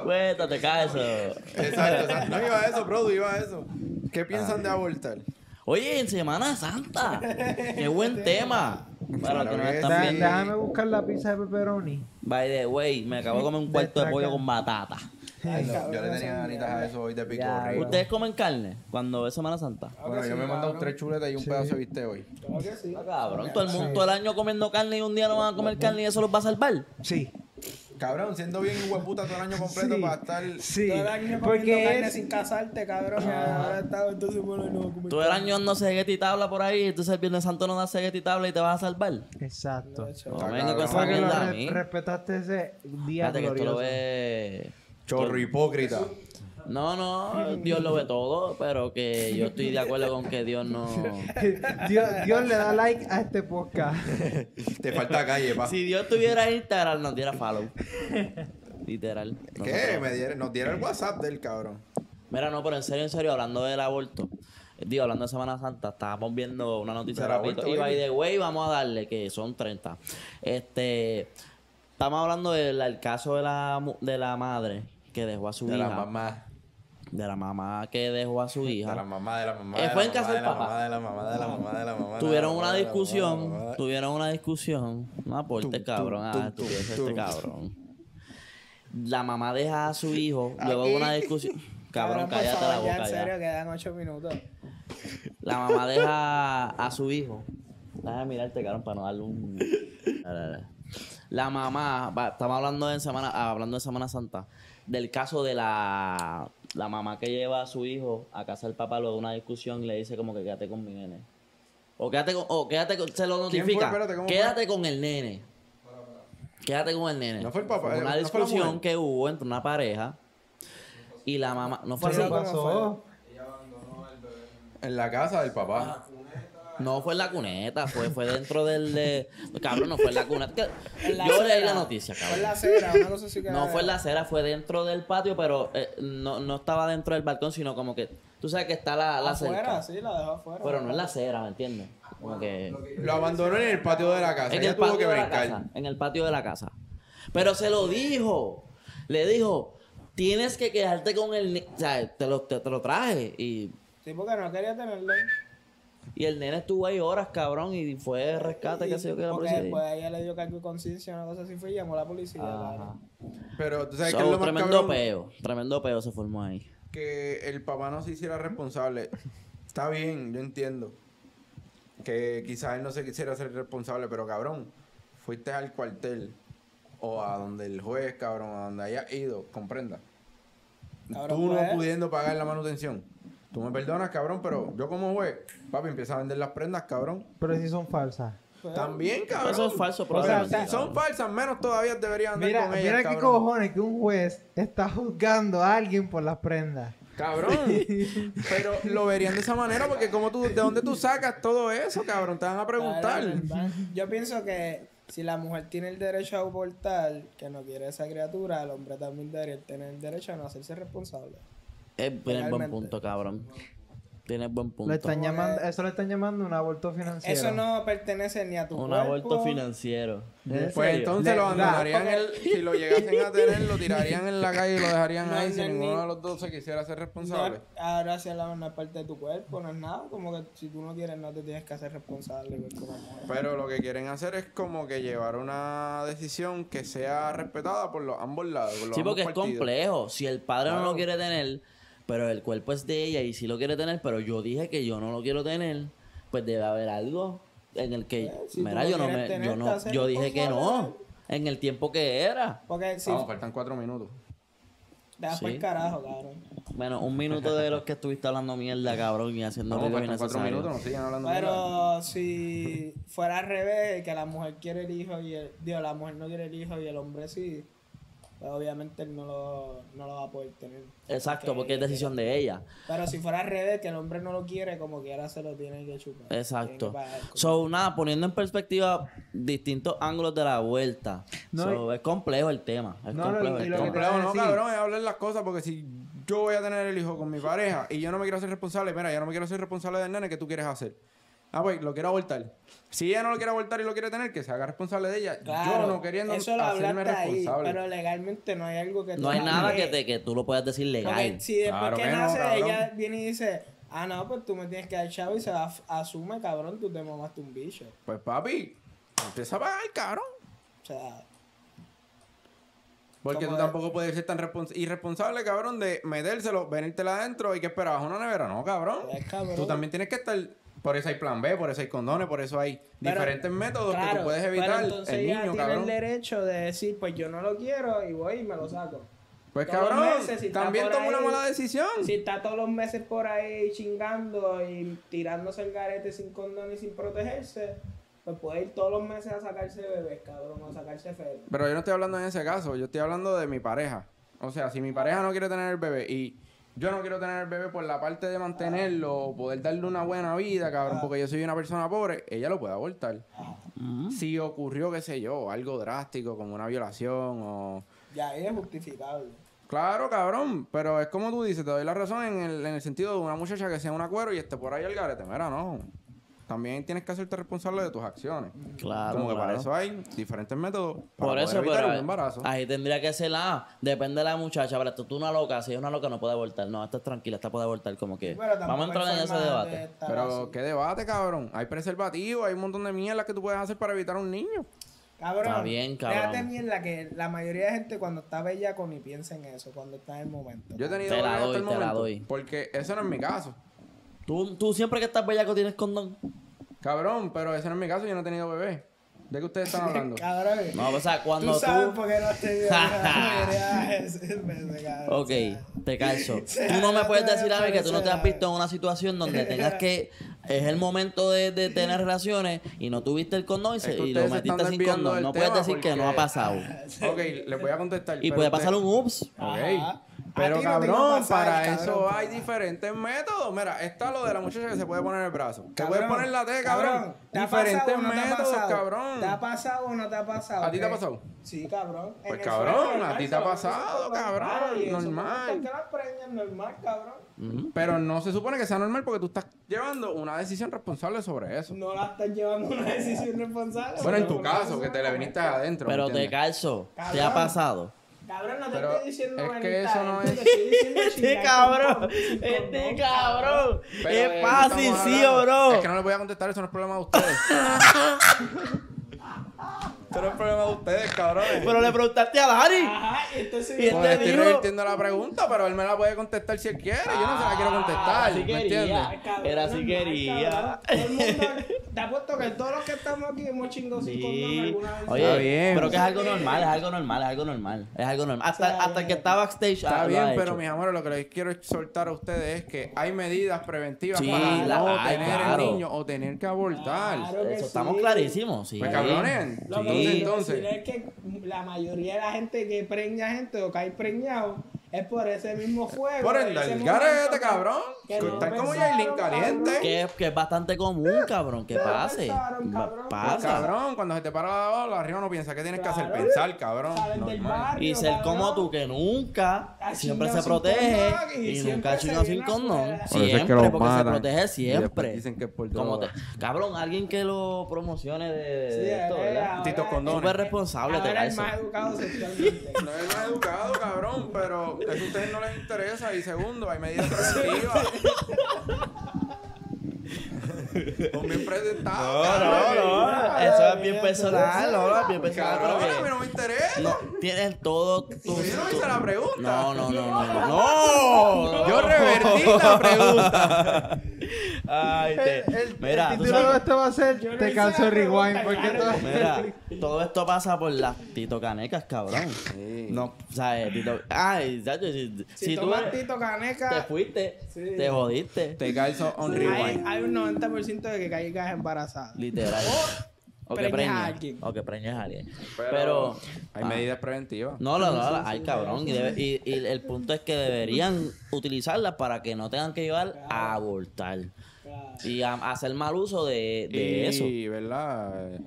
Speaker 1: Cuéntate, caso.
Speaker 3: Eh,
Speaker 4: Exacto, exacto. No iba a eso, bro, iba a eso. ¿Qué piensan de abortar?
Speaker 1: Oye, en Semana Santa. Qué buen tema. Para los que nos están
Speaker 4: Claro que
Speaker 2: Da-
Speaker 4: sí.
Speaker 1: viendo.
Speaker 2: Déjame buscar la pizza de pepperoni.
Speaker 1: By the way, me acabo de comer un cuarto de pollo con batata.
Speaker 3: Ay, cabrón,
Speaker 4: Yo le tenía
Speaker 3: esa
Speaker 4: ganitas a eso hoy de pico
Speaker 2: Ya,
Speaker 4: rico.
Speaker 1: ¿Ustedes comen carne cuando es Semana Santa?
Speaker 4: Bueno, yo me he mandado tres chuletas y un pedazo de bistec hoy.
Speaker 3: Claro que sí.
Speaker 1: Ah, Cabrón, todo el mundo todo el año comiendo carne y un día no van a comer carne y eso los va a salvar.
Speaker 2: Sí.
Speaker 4: Cabrón, siendo bien hueputa todo el año completo
Speaker 2: Sí.
Speaker 4: para estar...
Speaker 2: Sí.
Speaker 3: Todo el año comiendo
Speaker 2: Porque
Speaker 3: carne
Speaker 2: es...
Speaker 3: sin casarte, cabrón. y
Speaker 4: Ah.
Speaker 3: Ahora estaba entonces bueno no voy a comer
Speaker 1: Todo el año no ceguete y tabla por ahí, entonces el Viernes Santo no da ceguete y tabla y te vas a salvar.
Speaker 2: Exacto.
Speaker 3: carne, chaval.
Speaker 1: No venga con
Speaker 4: cabrón.
Speaker 1: esa
Speaker 2: Porque lo
Speaker 1: mierda a
Speaker 2: re-
Speaker 1: mí.
Speaker 2: respetaste ese día
Speaker 1: Espérate que esto lo
Speaker 2: glorioso.
Speaker 1: ve.
Speaker 4: Chorro hipócrita.
Speaker 1: No, no, Dios lo ve todo, pero que yo estoy de acuerdo con que Dios no.
Speaker 2: Dios, Dios le da like a este podcast.
Speaker 4: Te falta calle, pa.
Speaker 1: Si Dios tuviera Instagram, nos diera follow. Literal.
Speaker 4: ¿Qué?
Speaker 1: Nosotros-
Speaker 4: Me diera- nos diera el WhatsApp del cabrón.
Speaker 1: Mira, no, pero en serio, en serio, hablando del aborto. eh, Digo, hablando de Semana Santa, estábamos viendo una noticia
Speaker 4: Del
Speaker 1: rapidito.
Speaker 4: aborto,
Speaker 1: Y by
Speaker 4: baby.
Speaker 1: the way, vamos a darle, que son 30. Este, estamos hablando del el caso de la, mu- de la madre que dejó a su
Speaker 4: De
Speaker 1: hija.
Speaker 4: la mamá.
Speaker 1: De la mamá que dejó a su hija.
Speaker 4: De la mamá, de la mamá.
Speaker 1: Eh,
Speaker 4: de la
Speaker 1: fue en
Speaker 4: mamá,
Speaker 1: casa del
Speaker 4: de la
Speaker 1: papá.
Speaker 4: mamá, de la mamá, de la mamá, de la mamá. de la
Speaker 1: Tuvieron
Speaker 4: mamá,
Speaker 1: una
Speaker 4: de la mamá, de la
Speaker 1: discusión,
Speaker 4: mamá.
Speaker 1: tuvieron una discusión, no aporte
Speaker 4: Tum,
Speaker 1: cabrón,
Speaker 4: tum,
Speaker 1: ah,
Speaker 4: tum,
Speaker 1: estuviese
Speaker 4: tum.
Speaker 1: este cabrón. La mamá deja a su hijo, luego de
Speaker 4: Aquí.
Speaker 1: una discusión, cabrón,
Speaker 3: por
Speaker 1: cállate
Speaker 3: favor,
Speaker 1: la
Speaker 3: ya,
Speaker 1: boca
Speaker 3: En serio,
Speaker 1: ya.
Speaker 3: quedan ocho minutos.
Speaker 1: La mamá deja a su hijo. Déjame mirarte, cabrón, para no darle un. La mamá, va- estamos hablando de semana, ah, hablando de Semana Santa, del caso de la, la mamá que lleva a su hijo a casa del papá luego de una discusión y le dice como que quédate con mi nene. O quédate con, o quédate con, se lo
Speaker 4: ¿Quién fue?
Speaker 1: notifica.
Speaker 4: Espérate, ¿cómo fue?
Speaker 1: quédate con el nene. Quédate con el nene.
Speaker 4: No fue el papá,
Speaker 1: una
Speaker 4: eh, no fue la
Speaker 1: discusión
Speaker 4: mujer.
Speaker 1: que hubo entre una pareja y la mamá. No fue
Speaker 2: ¿Qué
Speaker 1: así.
Speaker 2: le pasó?
Speaker 4: En la casa del papá.
Speaker 1: Ah. No fue en la cuneta, fue, fue dentro del de. Cabrón, no fue en la cuneta. que-
Speaker 3: En la
Speaker 1: Yo leí
Speaker 3: acera.
Speaker 1: la noticia,
Speaker 3: Fue en la
Speaker 1: cabrón.
Speaker 3: acera, una cosa así que.
Speaker 1: No fue en la acera, fue dentro del patio, pero eh, no, no estaba dentro del balcón, sino como que. Tú sabes que está la, la
Speaker 3: Afuera,
Speaker 1: cerca.
Speaker 3: sí, la dejó afuera.
Speaker 1: Pero no en la acera, ¿me entiendes? Como que.
Speaker 4: Lo abandonó en el patio de la casa.
Speaker 1: En
Speaker 4: Ella
Speaker 1: el
Speaker 4: tuvo que
Speaker 1: patio de la
Speaker 4: brincar.
Speaker 1: casa. En el patio de la casa. Pero se lo dijo. Le dijo: Tienes que quedarte con el. ni-". O sea, te lo, te- te lo traje. Y
Speaker 3: Sí, porque no quería tenerlo.
Speaker 1: Y el nene estuvo ahí horas, cabrón, y fue rescate, que sé yo, que la
Speaker 3: Porque
Speaker 1: policía.
Speaker 3: después ella le dio cargo de conciencia, una cosa así fue y llamó a la policía.
Speaker 1: Ajá.
Speaker 3: claro.
Speaker 4: Pero tú sabes
Speaker 1: So,
Speaker 4: que es lo más
Speaker 1: tremendo
Speaker 4: cabrón
Speaker 1: peo, tremendo peo se formó ahí.
Speaker 4: que el papá no se hiciera responsable. Está bien, yo entiendo. Que quizás él no se quisiera ser responsable, pero cabrón, fuiste al cuartel o a donde el juez, cabrón, a donde haya ido, comprenda.
Speaker 3: Cabrón,
Speaker 4: tú
Speaker 3: pues.
Speaker 4: no pudiendo pagar la manutención. Tú me perdonas, cabrón, pero yo como juez, papi, empieza a vender las prendas, cabrón.
Speaker 2: Pero si son falsas.
Speaker 4: También, cabrón.
Speaker 1: Eso es falso,
Speaker 4: O sea,
Speaker 1: probablemente.
Speaker 4: si son falsas, menos todavía deberían andar
Speaker 2: Mira,
Speaker 4: con ellas,
Speaker 2: mira qué
Speaker 4: cabrón.
Speaker 2: cojones que un juez está juzgando a alguien por las prendas.
Speaker 4: Cabrón. Pero lo verían de esa manera porque como tú, ¿de dónde tú sacas todo eso, cabrón? Te van a preguntar.
Speaker 3: Claro, ¿verdad? Yo pienso que si la mujer tiene el derecho a abortar, que no quiere esa criatura, el hombre también debería tener el derecho a no hacerse responsable.
Speaker 1: Eh, tienes buen
Speaker 3: Realmente.
Speaker 1: punto, cabrón. Tienes buen punto.
Speaker 2: Lo están
Speaker 3: Como
Speaker 2: llamando,
Speaker 3: que-
Speaker 2: eso le están llamando un aborto financiero.
Speaker 3: Eso no pertenece ni a tu
Speaker 1: Un
Speaker 3: cuerpo.
Speaker 1: aborto financiero. ¿En
Speaker 4: Pues
Speaker 1: serio?
Speaker 4: entonces lo
Speaker 2: Le-
Speaker 4: abandonarían, el- si lo llegasen a tener, lo tirarían en la calle y lo dejarían
Speaker 3: No,
Speaker 4: ahí si
Speaker 3: no,
Speaker 4: ninguno
Speaker 3: ni-
Speaker 4: de los dos se quisiera hacer
Speaker 3: No es-
Speaker 4: responsable.
Speaker 3: ahora sí la una parte de tu cuerpo, no es nada. Como que si tú no quieres, no te tienes que hacer responsable. güey, como mujer.
Speaker 4: Pero lo que quieren hacer es como que llevar una decisión que sea respetada por los ambos lados. por los
Speaker 1: Sí,
Speaker 4: ambos
Speaker 1: porque es
Speaker 4: partidos.
Speaker 1: complejo. Si el padre no
Speaker 4: Claro.
Speaker 1: lo quiere tener, pero el cuerpo es de ella y sí lo quiere tener, pero yo dije que yo no lo quiero tener, pues debe haber algo en el que,
Speaker 3: Eh, si tú
Speaker 1: mira,
Speaker 3: lo
Speaker 1: yo no
Speaker 3: quieres
Speaker 1: me,
Speaker 3: tener,
Speaker 1: yo
Speaker 3: te
Speaker 1: no,
Speaker 3: haces
Speaker 1: yo dije que no,
Speaker 3: responsable.
Speaker 1: en el tiempo que era.
Speaker 3: Porque si
Speaker 4: Vamos, faltan cuatro minutos.
Speaker 3: te das por
Speaker 1: Sí.
Speaker 3: carajo, cabrón.
Speaker 1: Bueno, un minuto de los que estuviste hablando mierda, cabrón, y haciendo
Speaker 4: Vamos,
Speaker 1: ruido
Speaker 4: faltan pues cuatro
Speaker 1: innecesario.
Speaker 4: minutos, no sigan hablando. mierda.
Speaker 3: Pero si fuera al revés, que la mujer quiere el hijo y el, digo, la mujer no quiere el hijo y el hombre sí, pues obviamente él no lo, no lo va a poder tener.
Speaker 1: Exacto, porque es decisión de ella.
Speaker 3: Pero si fuera al revés, que el hombre no lo quiere, como quiera se lo tiene que chupar. Tiene que
Speaker 1: Exacto.
Speaker 3: pagar con-
Speaker 1: So, nada, poniendo en perspectiva distintos ángulos de la vuelta.
Speaker 2: No,
Speaker 1: So, es complejo el tema. Es
Speaker 2: No, no,
Speaker 1: complejo
Speaker 2: y
Speaker 1: el
Speaker 2: lo que
Speaker 1: tema.
Speaker 4: Complejo, no,
Speaker 2: decir.
Speaker 4: cabrón, es hablar las cosas porque si yo voy a tener el hijo con mi pareja y yo no me quiero hacer responsable, mira, yo no me quiero hacer responsable del nene, ¿qué tú quieres hacer? Ah, pues lo quiero abortar. Si ella no lo quiere abortar y lo quiere tener, que se haga responsable de ella.
Speaker 3: Claro,
Speaker 4: yo no queriendo
Speaker 3: eso lo
Speaker 4: hacerme
Speaker 3: hablaste ahí,
Speaker 4: responsable.
Speaker 3: pero legalmente no hay algo que
Speaker 1: No hay
Speaker 3: tú
Speaker 1: nada que,
Speaker 3: hagas.
Speaker 1: te, que tú lo puedas decir legal.
Speaker 3: Porque si después
Speaker 4: Claro
Speaker 3: que,
Speaker 4: que no,
Speaker 3: nace,
Speaker 4: cabrón.
Speaker 3: ella viene y dice, ah, no, pues tú me tienes que dar chavo y se va, asume, cabrón, tú te mamaste un bicho.
Speaker 4: Pues papi, empieza a pagar, cabrón.
Speaker 3: O sea,
Speaker 4: Porque tú
Speaker 3: Como de-
Speaker 4: tampoco puedes ser tan respons- irresponsable, cabrón, de metérselo, venírtela adentro y que esperabas una nevera. No, cabrón.
Speaker 3: Es cabrón.
Speaker 4: Tú también tienes que estar. Por eso hay plan B, por eso hay condones, por eso hay
Speaker 3: Pero-
Speaker 4: diferentes métodos que
Speaker 3: claro,
Speaker 4: tú puedes
Speaker 3: pero
Speaker 4: evitar
Speaker 3: entonces
Speaker 4: el
Speaker 3: ella
Speaker 4: niño,
Speaker 3: tiene
Speaker 4: cabrón.
Speaker 3: el derecho de decir, pues yo no lo quiero y voy y me lo saco.
Speaker 4: Pues
Speaker 3: Todos los
Speaker 4: cabrón,
Speaker 3: meses, si está
Speaker 4: también
Speaker 3: por
Speaker 4: toma una
Speaker 3: ahí-
Speaker 4: mala decisión.
Speaker 3: Si está todos los meses por ahí chingando y tirándose el garete sin condón y sin protegerse, pues puede ir todos los meses a sacarse bebés, cabrón, o a sacarse fetos.
Speaker 4: Pero yo no estoy hablando en ese caso, yo estoy hablando de mi pareja. O sea, si mi pareja no quiere tener el bebé y yo no quiero tener el bebé por la parte de mantenerlo o poder darle una buena vida, cabrón, porque yo soy una persona pobre, ella lo puede abortar. Si ocurrió, qué sé yo, algo drástico como una violación o...
Speaker 3: Ya ahí es justificable.
Speaker 4: Claro, cabrón, pero es como tú dices, te doy la razón en el, en el sentido de una muchacha que sea un acuerdo y esté por ahí al garete. Mira, no. También tienes que hacerte responsable de tus acciones.
Speaker 1: Claro.
Speaker 4: como que para
Speaker 1: claro.
Speaker 4: eso hay diferentes métodos para
Speaker 1: Por
Speaker 4: poder
Speaker 1: eso,
Speaker 4: evitar
Speaker 1: pero
Speaker 4: un
Speaker 1: ahí-
Speaker 4: embarazo.
Speaker 1: ahí tendría que ser la. Depende de la muchacha. Pero tú, tú una loca, si es una loca no puede abortar. No, esta es tranquila, esta puede abortar como que.
Speaker 3: Pero tampoco
Speaker 1: Vamos a entrar
Speaker 3: hay
Speaker 1: en ese
Speaker 3: forma
Speaker 1: debate.
Speaker 3: de estar
Speaker 4: Pero
Speaker 3: así.
Speaker 4: qué debate, cabrón. Hay preservativos, hay un montón de mierdas que tú puedes hacer para evitar un niño.
Speaker 3: Cabrón,
Speaker 1: Está bien, cabrón.
Speaker 3: déjate mierda que la mayoría de gente cuando está bellaco ni piensa en eso, cuando está en el momento.
Speaker 4: Yo he tenido
Speaker 1: Te la
Speaker 4: varias hasta
Speaker 1: doy,
Speaker 4: el
Speaker 1: te la
Speaker 4: momento,
Speaker 1: doy.
Speaker 4: Porque eso no es mi caso.
Speaker 1: ¿Tú, tú siempre que estás bellaco tienes condón.
Speaker 4: Cabrón, pero ese no es mi caso, yo no he tenido bebé. ¿De qué ustedes están hablando?
Speaker 3: Cabrón,
Speaker 1: No, o sea, cuando
Speaker 3: tú
Speaker 1: tú.
Speaker 3: sabes por qué no has tenido la mayoría de veces, cabrón.
Speaker 1: Ok, te calzo. Tú no me puedes decir a mí que tú no te has visto en una situación donde tengas que. Es el momento de, de tener relaciones y no tuviste el condón y, se-
Speaker 4: Es que
Speaker 1: y lo
Speaker 4: ustedes están
Speaker 1: metiste sin
Speaker 4: desviando
Speaker 1: condón.
Speaker 4: del
Speaker 1: No puedes
Speaker 4: tema
Speaker 1: decir que no ha
Speaker 4: porque-
Speaker 1: pasado.
Speaker 4: Ok, les voy a contestar.
Speaker 1: Y
Speaker 4: pero
Speaker 1: puede
Speaker 4: usted-
Speaker 1: pasar un ups.
Speaker 4: Ok.
Speaker 3: Ajá. A
Speaker 4: Pero
Speaker 3: ti no te iba a
Speaker 4: cabrón,
Speaker 3: pasar,
Speaker 4: para
Speaker 3: cabrón,
Speaker 4: eso
Speaker 3: pero-
Speaker 4: hay diferentes métodos. Mira, está lo de la muchacha que se puede poner el brazo. Te
Speaker 3: Cabrón,
Speaker 4: puedes poner la T, cabrón.
Speaker 3: ¿te ha
Speaker 4: Diferentes
Speaker 3: pasado o no te ha
Speaker 4: métodos,
Speaker 3: pasado?
Speaker 4: cabrón.
Speaker 3: ¿Te ha pasado o no te ha pasado?
Speaker 4: ¿A ti te ha
Speaker 3: ¿Qué?
Speaker 4: pasado?
Speaker 3: Sí, cabrón. En
Speaker 4: Pues,
Speaker 3: el
Speaker 4: cabrón,
Speaker 3: suelo,
Speaker 4: a ti te ha
Speaker 3: normal,
Speaker 4: pasado,
Speaker 3: se lo ponen
Speaker 4: cabrón,
Speaker 3: normal, y eso cuando
Speaker 4: normal.
Speaker 3: están que las preñan, normal, cabrón.
Speaker 4: Pero no se supone que sea normal porque tú estás llevando una decisión responsable sobre eso.
Speaker 3: No la estás llevando a una decisión responsable.
Speaker 4: Bueno, en
Speaker 3: pero
Speaker 4: tu
Speaker 3: por eso
Speaker 4: caso,
Speaker 3: se
Speaker 4: que te
Speaker 3: lo
Speaker 4: le
Speaker 3: comen.
Speaker 4: viniste adentro. ¿me
Speaker 1: Pero te
Speaker 4: entiendes?
Speaker 1: calzo. ¿Te ha
Speaker 3: Cabrón.
Speaker 1: pasado?
Speaker 3: Cabrón, no te
Speaker 4: Pero
Speaker 3: estoy diciendo
Speaker 4: es que
Speaker 3: manita,
Speaker 4: eso no
Speaker 3: te
Speaker 4: es-
Speaker 3: estoy diciendo
Speaker 1: Este
Speaker 3: chingar
Speaker 1: cabrón,
Speaker 3: con- sin
Speaker 1: este
Speaker 3: condón,
Speaker 1: cabrón.
Speaker 4: Pero de
Speaker 1: Es
Speaker 4: eso
Speaker 1: fácil,
Speaker 4: estamos
Speaker 1: sí
Speaker 4: hablando.
Speaker 1: o no.
Speaker 4: Es que no les voy a contestar, eso no es problema de ustedes. eso no es problema de ustedes, cabrón.
Speaker 1: Pero le preguntaste a Larry.
Speaker 3: Ajá, y entonces
Speaker 1: Y
Speaker 4: Pues
Speaker 1: te
Speaker 4: estoy
Speaker 1: dijo-
Speaker 4: revirtiendo la pregunta, pero él me la puede contestar si él quiere. Yo no se la quiero contestar,
Speaker 1: así
Speaker 4: ¿me
Speaker 1: Ah, quería.
Speaker 4: entiendes?
Speaker 3: Ay, cabrón,
Speaker 1: Era así
Speaker 3: normal,
Speaker 1: quería.
Speaker 3: cabrón. Todo el mundo- Te apuesto que todos los que estamos aquí hemos chingado sin condón alguna vez.
Speaker 1: Oye,
Speaker 5: Está bien.
Speaker 1: pero que es algo normal, es algo normal, es algo normal. Es algo normal. Hasta, hasta el que está backstage. ah,
Speaker 4: Está
Speaker 1: lo ha
Speaker 4: bien,
Speaker 1: hecho.
Speaker 4: pero mis amores, lo que les quiero exhortar a ustedes es que hay medidas preventivas
Speaker 1: Sí,
Speaker 4: para
Speaker 1: la
Speaker 4: no
Speaker 1: hay,
Speaker 4: tener
Speaker 1: claro.
Speaker 4: el niño o tener que abortar.
Speaker 3: Claro que
Speaker 1: Eso, estamos
Speaker 3: sí.
Speaker 1: clarísimos. Sí.
Speaker 4: Pues cabrones.
Speaker 1: Sí.
Speaker 3: Lo que quiero
Speaker 4: Entonces,
Speaker 3: decir es que la mayoría de la gente que preña gente o cae preñado es por ese mismo fuego.
Speaker 4: Por el
Speaker 3: ese
Speaker 4: del
Speaker 3: momento
Speaker 4: garete,
Speaker 3: que-
Speaker 4: cabrón.
Speaker 3: que no
Speaker 4: Están como
Speaker 3: pensaron,
Speaker 4: Yailin caliente.
Speaker 1: Que, que es bastante común, cabrón, que
Speaker 3: Pero
Speaker 1: pase.
Speaker 3: pensaron, cabrón.
Speaker 1: Pasa.
Speaker 4: Pues, cabrón, cuando se te para la ola arriba no piensa que tienes que hacer
Speaker 3: Claro.
Speaker 4: pensar, cabrón.
Speaker 3: Salen del
Speaker 4: Normal.
Speaker 3: barrio,
Speaker 1: Y ser como
Speaker 3: cabrón.
Speaker 1: tú, que nunca,
Speaker 3: Ha
Speaker 1: siempre se
Speaker 3: chingado sin
Speaker 1: protege
Speaker 3: condón y
Speaker 1: y,
Speaker 3: siempre
Speaker 1: nunca
Speaker 3: se
Speaker 1: chinga sin
Speaker 3: viene
Speaker 1: condón.
Speaker 3: afuera.
Speaker 5: Por eso es que
Speaker 1: Siempre,
Speaker 5: los
Speaker 1: porque se
Speaker 5: matan.
Speaker 1: protege
Speaker 5: Y después
Speaker 1: siempre.
Speaker 5: dicen que es por
Speaker 1: Como
Speaker 5: droga.
Speaker 1: te- cabrón, alguien que lo promocione de, de
Speaker 3: Sí,
Speaker 1: esto,
Speaker 3: eh,
Speaker 1: ¿verdad?
Speaker 3: ahora-
Speaker 4: Tito Condones.
Speaker 1: Súper responsable, te
Speaker 3: Ahora el
Speaker 1: parece.
Speaker 3: más educado sexualmente.
Speaker 4: No es más educado, cabrón, pero eso a ustedes no les interesa. Y segundo, hay medidas preventivas. Son bien presentados.
Speaker 1: No,
Speaker 4: cabrón.
Speaker 1: no, eso es bien personal, no, es bien personal,
Speaker 4: Cabrón,
Speaker 1: pero
Speaker 4: a mí
Speaker 1: que-
Speaker 4: no me interesa.
Speaker 1: no, tienes todo tu...
Speaker 4: Yo no hice
Speaker 1: tu-
Speaker 4: la pregunta.
Speaker 1: No, no, no, no, no, no.
Speaker 4: Yo revertí la pregunta.
Speaker 1: Ay, te- Eh, mira,
Speaker 2: el
Speaker 1: tú
Speaker 2: título de
Speaker 1: sabes-
Speaker 2: esto va a ser
Speaker 3: Yo no
Speaker 2: Te
Speaker 3: hice
Speaker 2: canso
Speaker 3: la
Speaker 2: de rewind
Speaker 3: pregunta,
Speaker 2: porque
Speaker 3: claro.
Speaker 2: todo
Speaker 1: Mira, todo esto pasa por las titocanecas, cabrón. No, ¿sabes? Tito... Ay, ya, yo- si,
Speaker 3: Si,
Speaker 1: si tú
Speaker 3: tomas
Speaker 1: eres-
Speaker 3: Tito Caneca,
Speaker 1: te fuiste,
Speaker 3: Sí.
Speaker 1: te jodiste,
Speaker 4: Te calzo on
Speaker 3: hay,
Speaker 4: rewind.
Speaker 3: hay un 90% de que caigas embarazada.
Speaker 1: literal. O que
Speaker 3: preñes a
Speaker 1: preñes a
Speaker 3: alguien.
Speaker 1: alguien. O que preñes a alguien. Pero,
Speaker 4: hay
Speaker 1: ah,
Speaker 4: medidas preventivas.
Speaker 1: No, no, no, ay, cabrón. Y, debe- y- y el punto es que deberían utilizarlas para que no tengan que llevar a abortar. Y a- hacer mal uso de, de eso.
Speaker 4: Y, ¿verdad? Eh,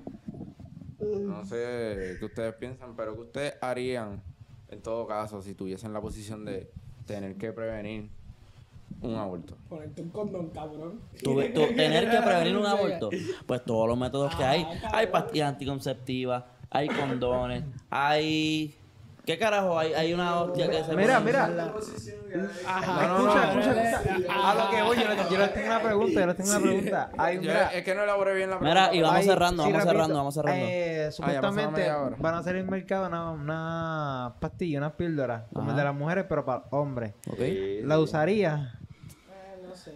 Speaker 4: No sé qué ustedes piensan, pero ¿qué ustedes harían en todo caso si tuviesen la posición de tener que prevenir un aborto?
Speaker 3: Ponerte un condón, cabrón.
Speaker 1: Tu- tu- tener que prevenir un aborto, pues todos los métodos que hay.
Speaker 3: Ah, cabrón.
Speaker 1: Hay pastillas anticonceptivas, hay condones, hay... ¿Qué carajo? Hay, hay una hostia que se
Speaker 2: Mira,
Speaker 1: pone-
Speaker 2: mira
Speaker 3: Ajá.
Speaker 4: No, no,
Speaker 2: Escucha,
Speaker 4: no,
Speaker 2: escucha, escucha A lo que voy, yo les, yo les tengo una pregunta Yo les tengo una pregunta Hay un
Speaker 4: Yo- es que no elaboré bien la pregunta.
Speaker 1: Mira, y vamos
Speaker 2: Ay,
Speaker 1: cerrando,
Speaker 2: sí,
Speaker 1: vamos
Speaker 2: rapidito.
Speaker 1: cerrando, vamos cerrando.
Speaker 2: Eh,
Speaker 4: pasamos
Speaker 2: supuestamente
Speaker 4: media hora.
Speaker 2: van a salir al mercado una, una pastilla, unas píldoras, como
Speaker 1: Ajá.
Speaker 2: el de las mujeres, pero para hombres.
Speaker 1: Ok.
Speaker 2: ¿La usaría?
Speaker 3: No sé.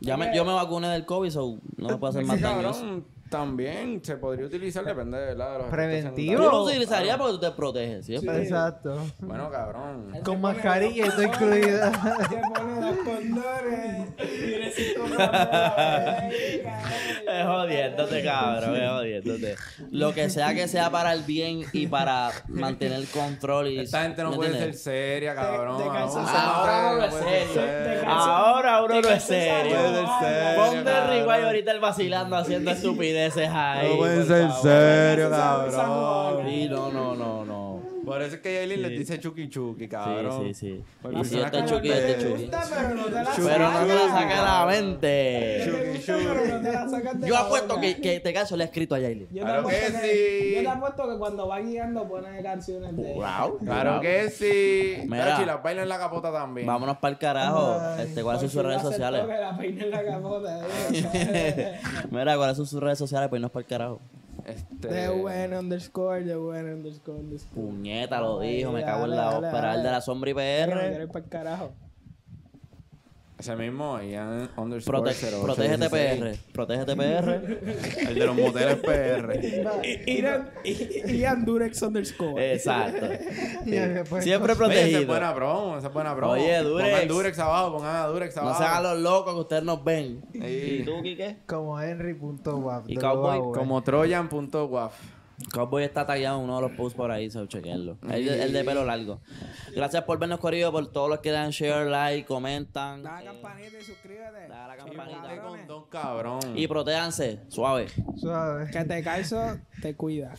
Speaker 1: Ya me- yo me vacuné del COVID, so no me puede hacer más
Speaker 4: Sí,
Speaker 1: daño. eso.
Speaker 4: cabrón, también se podría utilizar, depende de, ¿verdad? de los efectos
Speaker 2: Preventivo.
Speaker 1: Tú
Speaker 4: secundarios.
Speaker 1: lo utilizarías porque tú te proteges, ¿cierto?
Speaker 2: Exacto.
Speaker 4: Bueno, cabrón.
Speaker 2: Con mascarilla y todo incluido.
Speaker 3: Te pone los condones. Y necesito un condón.
Speaker 1: Es jodiéndote, cabrón, es jodiéndote. Lo que sea que sea para el bien y para mantener el control y...
Speaker 4: Esta gente no
Speaker 1: ¿me
Speaker 4: puede ser
Speaker 1: entiendes?
Speaker 4: seria, cabrón.
Speaker 3: te
Speaker 4: no,
Speaker 3: calzas
Speaker 4: no,
Speaker 1: ahora,
Speaker 4: no
Speaker 1: no es
Speaker 4: puede ser
Speaker 1: serio.
Speaker 4: seria.
Speaker 3: Te calzas
Speaker 1: Ahora uno no es
Speaker 3: Te
Speaker 1: serio.
Speaker 3: calzas ahora.
Speaker 1: Ponte el
Speaker 4: cabrón.
Speaker 1: rewind ahorita el vacilando haciendo estupideces ahí.
Speaker 5: No puede
Speaker 1: por
Speaker 5: ser
Speaker 1: favor.
Speaker 5: serio,
Speaker 3: San- San
Speaker 5: cabrón.
Speaker 3: Juan.
Speaker 1: Sí, no, no, no, no.
Speaker 4: Por eso es que Yailin les dice chuki chuki, cabrón.
Speaker 1: Sí, sí, sí.
Speaker 4: Porque
Speaker 1: Y si este
Speaker 4: personas
Speaker 1: chuki, este
Speaker 4: como-
Speaker 3: Te
Speaker 1: chuki.
Speaker 3: gusta, pero no te la sacas.
Speaker 1: Pero no me la saca de la
Speaker 3: Te
Speaker 1: mente.
Speaker 3: gusta, pero no te la sacas de
Speaker 1: Yo
Speaker 3: la
Speaker 1: apuesto
Speaker 3: boca.
Speaker 1: que, que este caso le he escrito a Yailin.
Speaker 3: Yo te,
Speaker 4: Claro
Speaker 3: apuesto
Speaker 4: que
Speaker 3: que-
Speaker 4: sí.
Speaker 3: yo te apuesto que cuando va guiando pone canciones de.
Speaker 1: Wow.
Speaker 4: Claro que sí.
Speaker 1: Mira.
Speaker 4: Mira. las baila en la capota también.
Speaker 1: Vámonos para el carajo. Este, ¿Cuáles son sus redes
Speaker 3: Porque la aceptó
Speaker 1: sociales?
Speaker 3: que la peina en la capota, eh.
Speaker 1: Mira, ¿cuáles son sus redes sociales para irnos para el carajo?
Speaker 4: Este...
Speaker 3: The UN underscore, the UN underscore underscore.
Speaker 1: Puñeta, lo dijo. Me
Speaker 3: Dale,
Speaker 1: cago en la
Speaker 3: dale,
Speaker 1: ópera.
Speaker 3: dale.
Speaker 1: El de la sombra
Speaker 3: Pero
Speaker 1: IPR.
Speaker 3: eres pa'l carajo.
Speaker 4: Ese mismo, Ian underscore
Speaker 1: Prote
Speaker 4: 0816.
Speaker 1: protégete PR. Protégete PR.
Speaker 4: El de los moteles PR.
Speaker 3: Ian, Ian Durex
Speaker 1: Eh,
Speaker 3: underscore.
Speaker 1: Exacto.
Speaker 2: Y después-
Speaker 1: Siempre
Speaker 4: Oye, esa es
Speaker 1: protegido.
Speaker 4: buena promo, esa es buena promo.
Speaker 1: Oye, Durex.
Speaker 4: Pongan Durex abajo, pongan a Durex abajo.
Speaker 1: No se hagan los locos que ustedes nos ven.
Speaker 4: Sí.
Speaker 1: ¿Y tú, Quique?
Speaker 2: Como Henry.wap.
Speaker 1: Y Cowboy,
Speaker 4: Como trojan.waf.
Speaker 1: Cowboy está tagueado en uno de los posts por ahí, so chequenlo. El, de- el de pelo largo. Gracias por vernos, Corrido, por todos los que dan share, like, comentan.
Speaker 3: Dale la
Speaker 1: eh,
Speaker 3: campanita y suscríbete. pues,
Speaker 1: da la
Speaker 4: Ponte
Speaker 1: campanita.
Speaker 4: con don cabrón.
Speaker 1: Y protéjanse, suave.
Speaker 2: eh. Suave.
Speaker 3: Que te calzo, te cuida.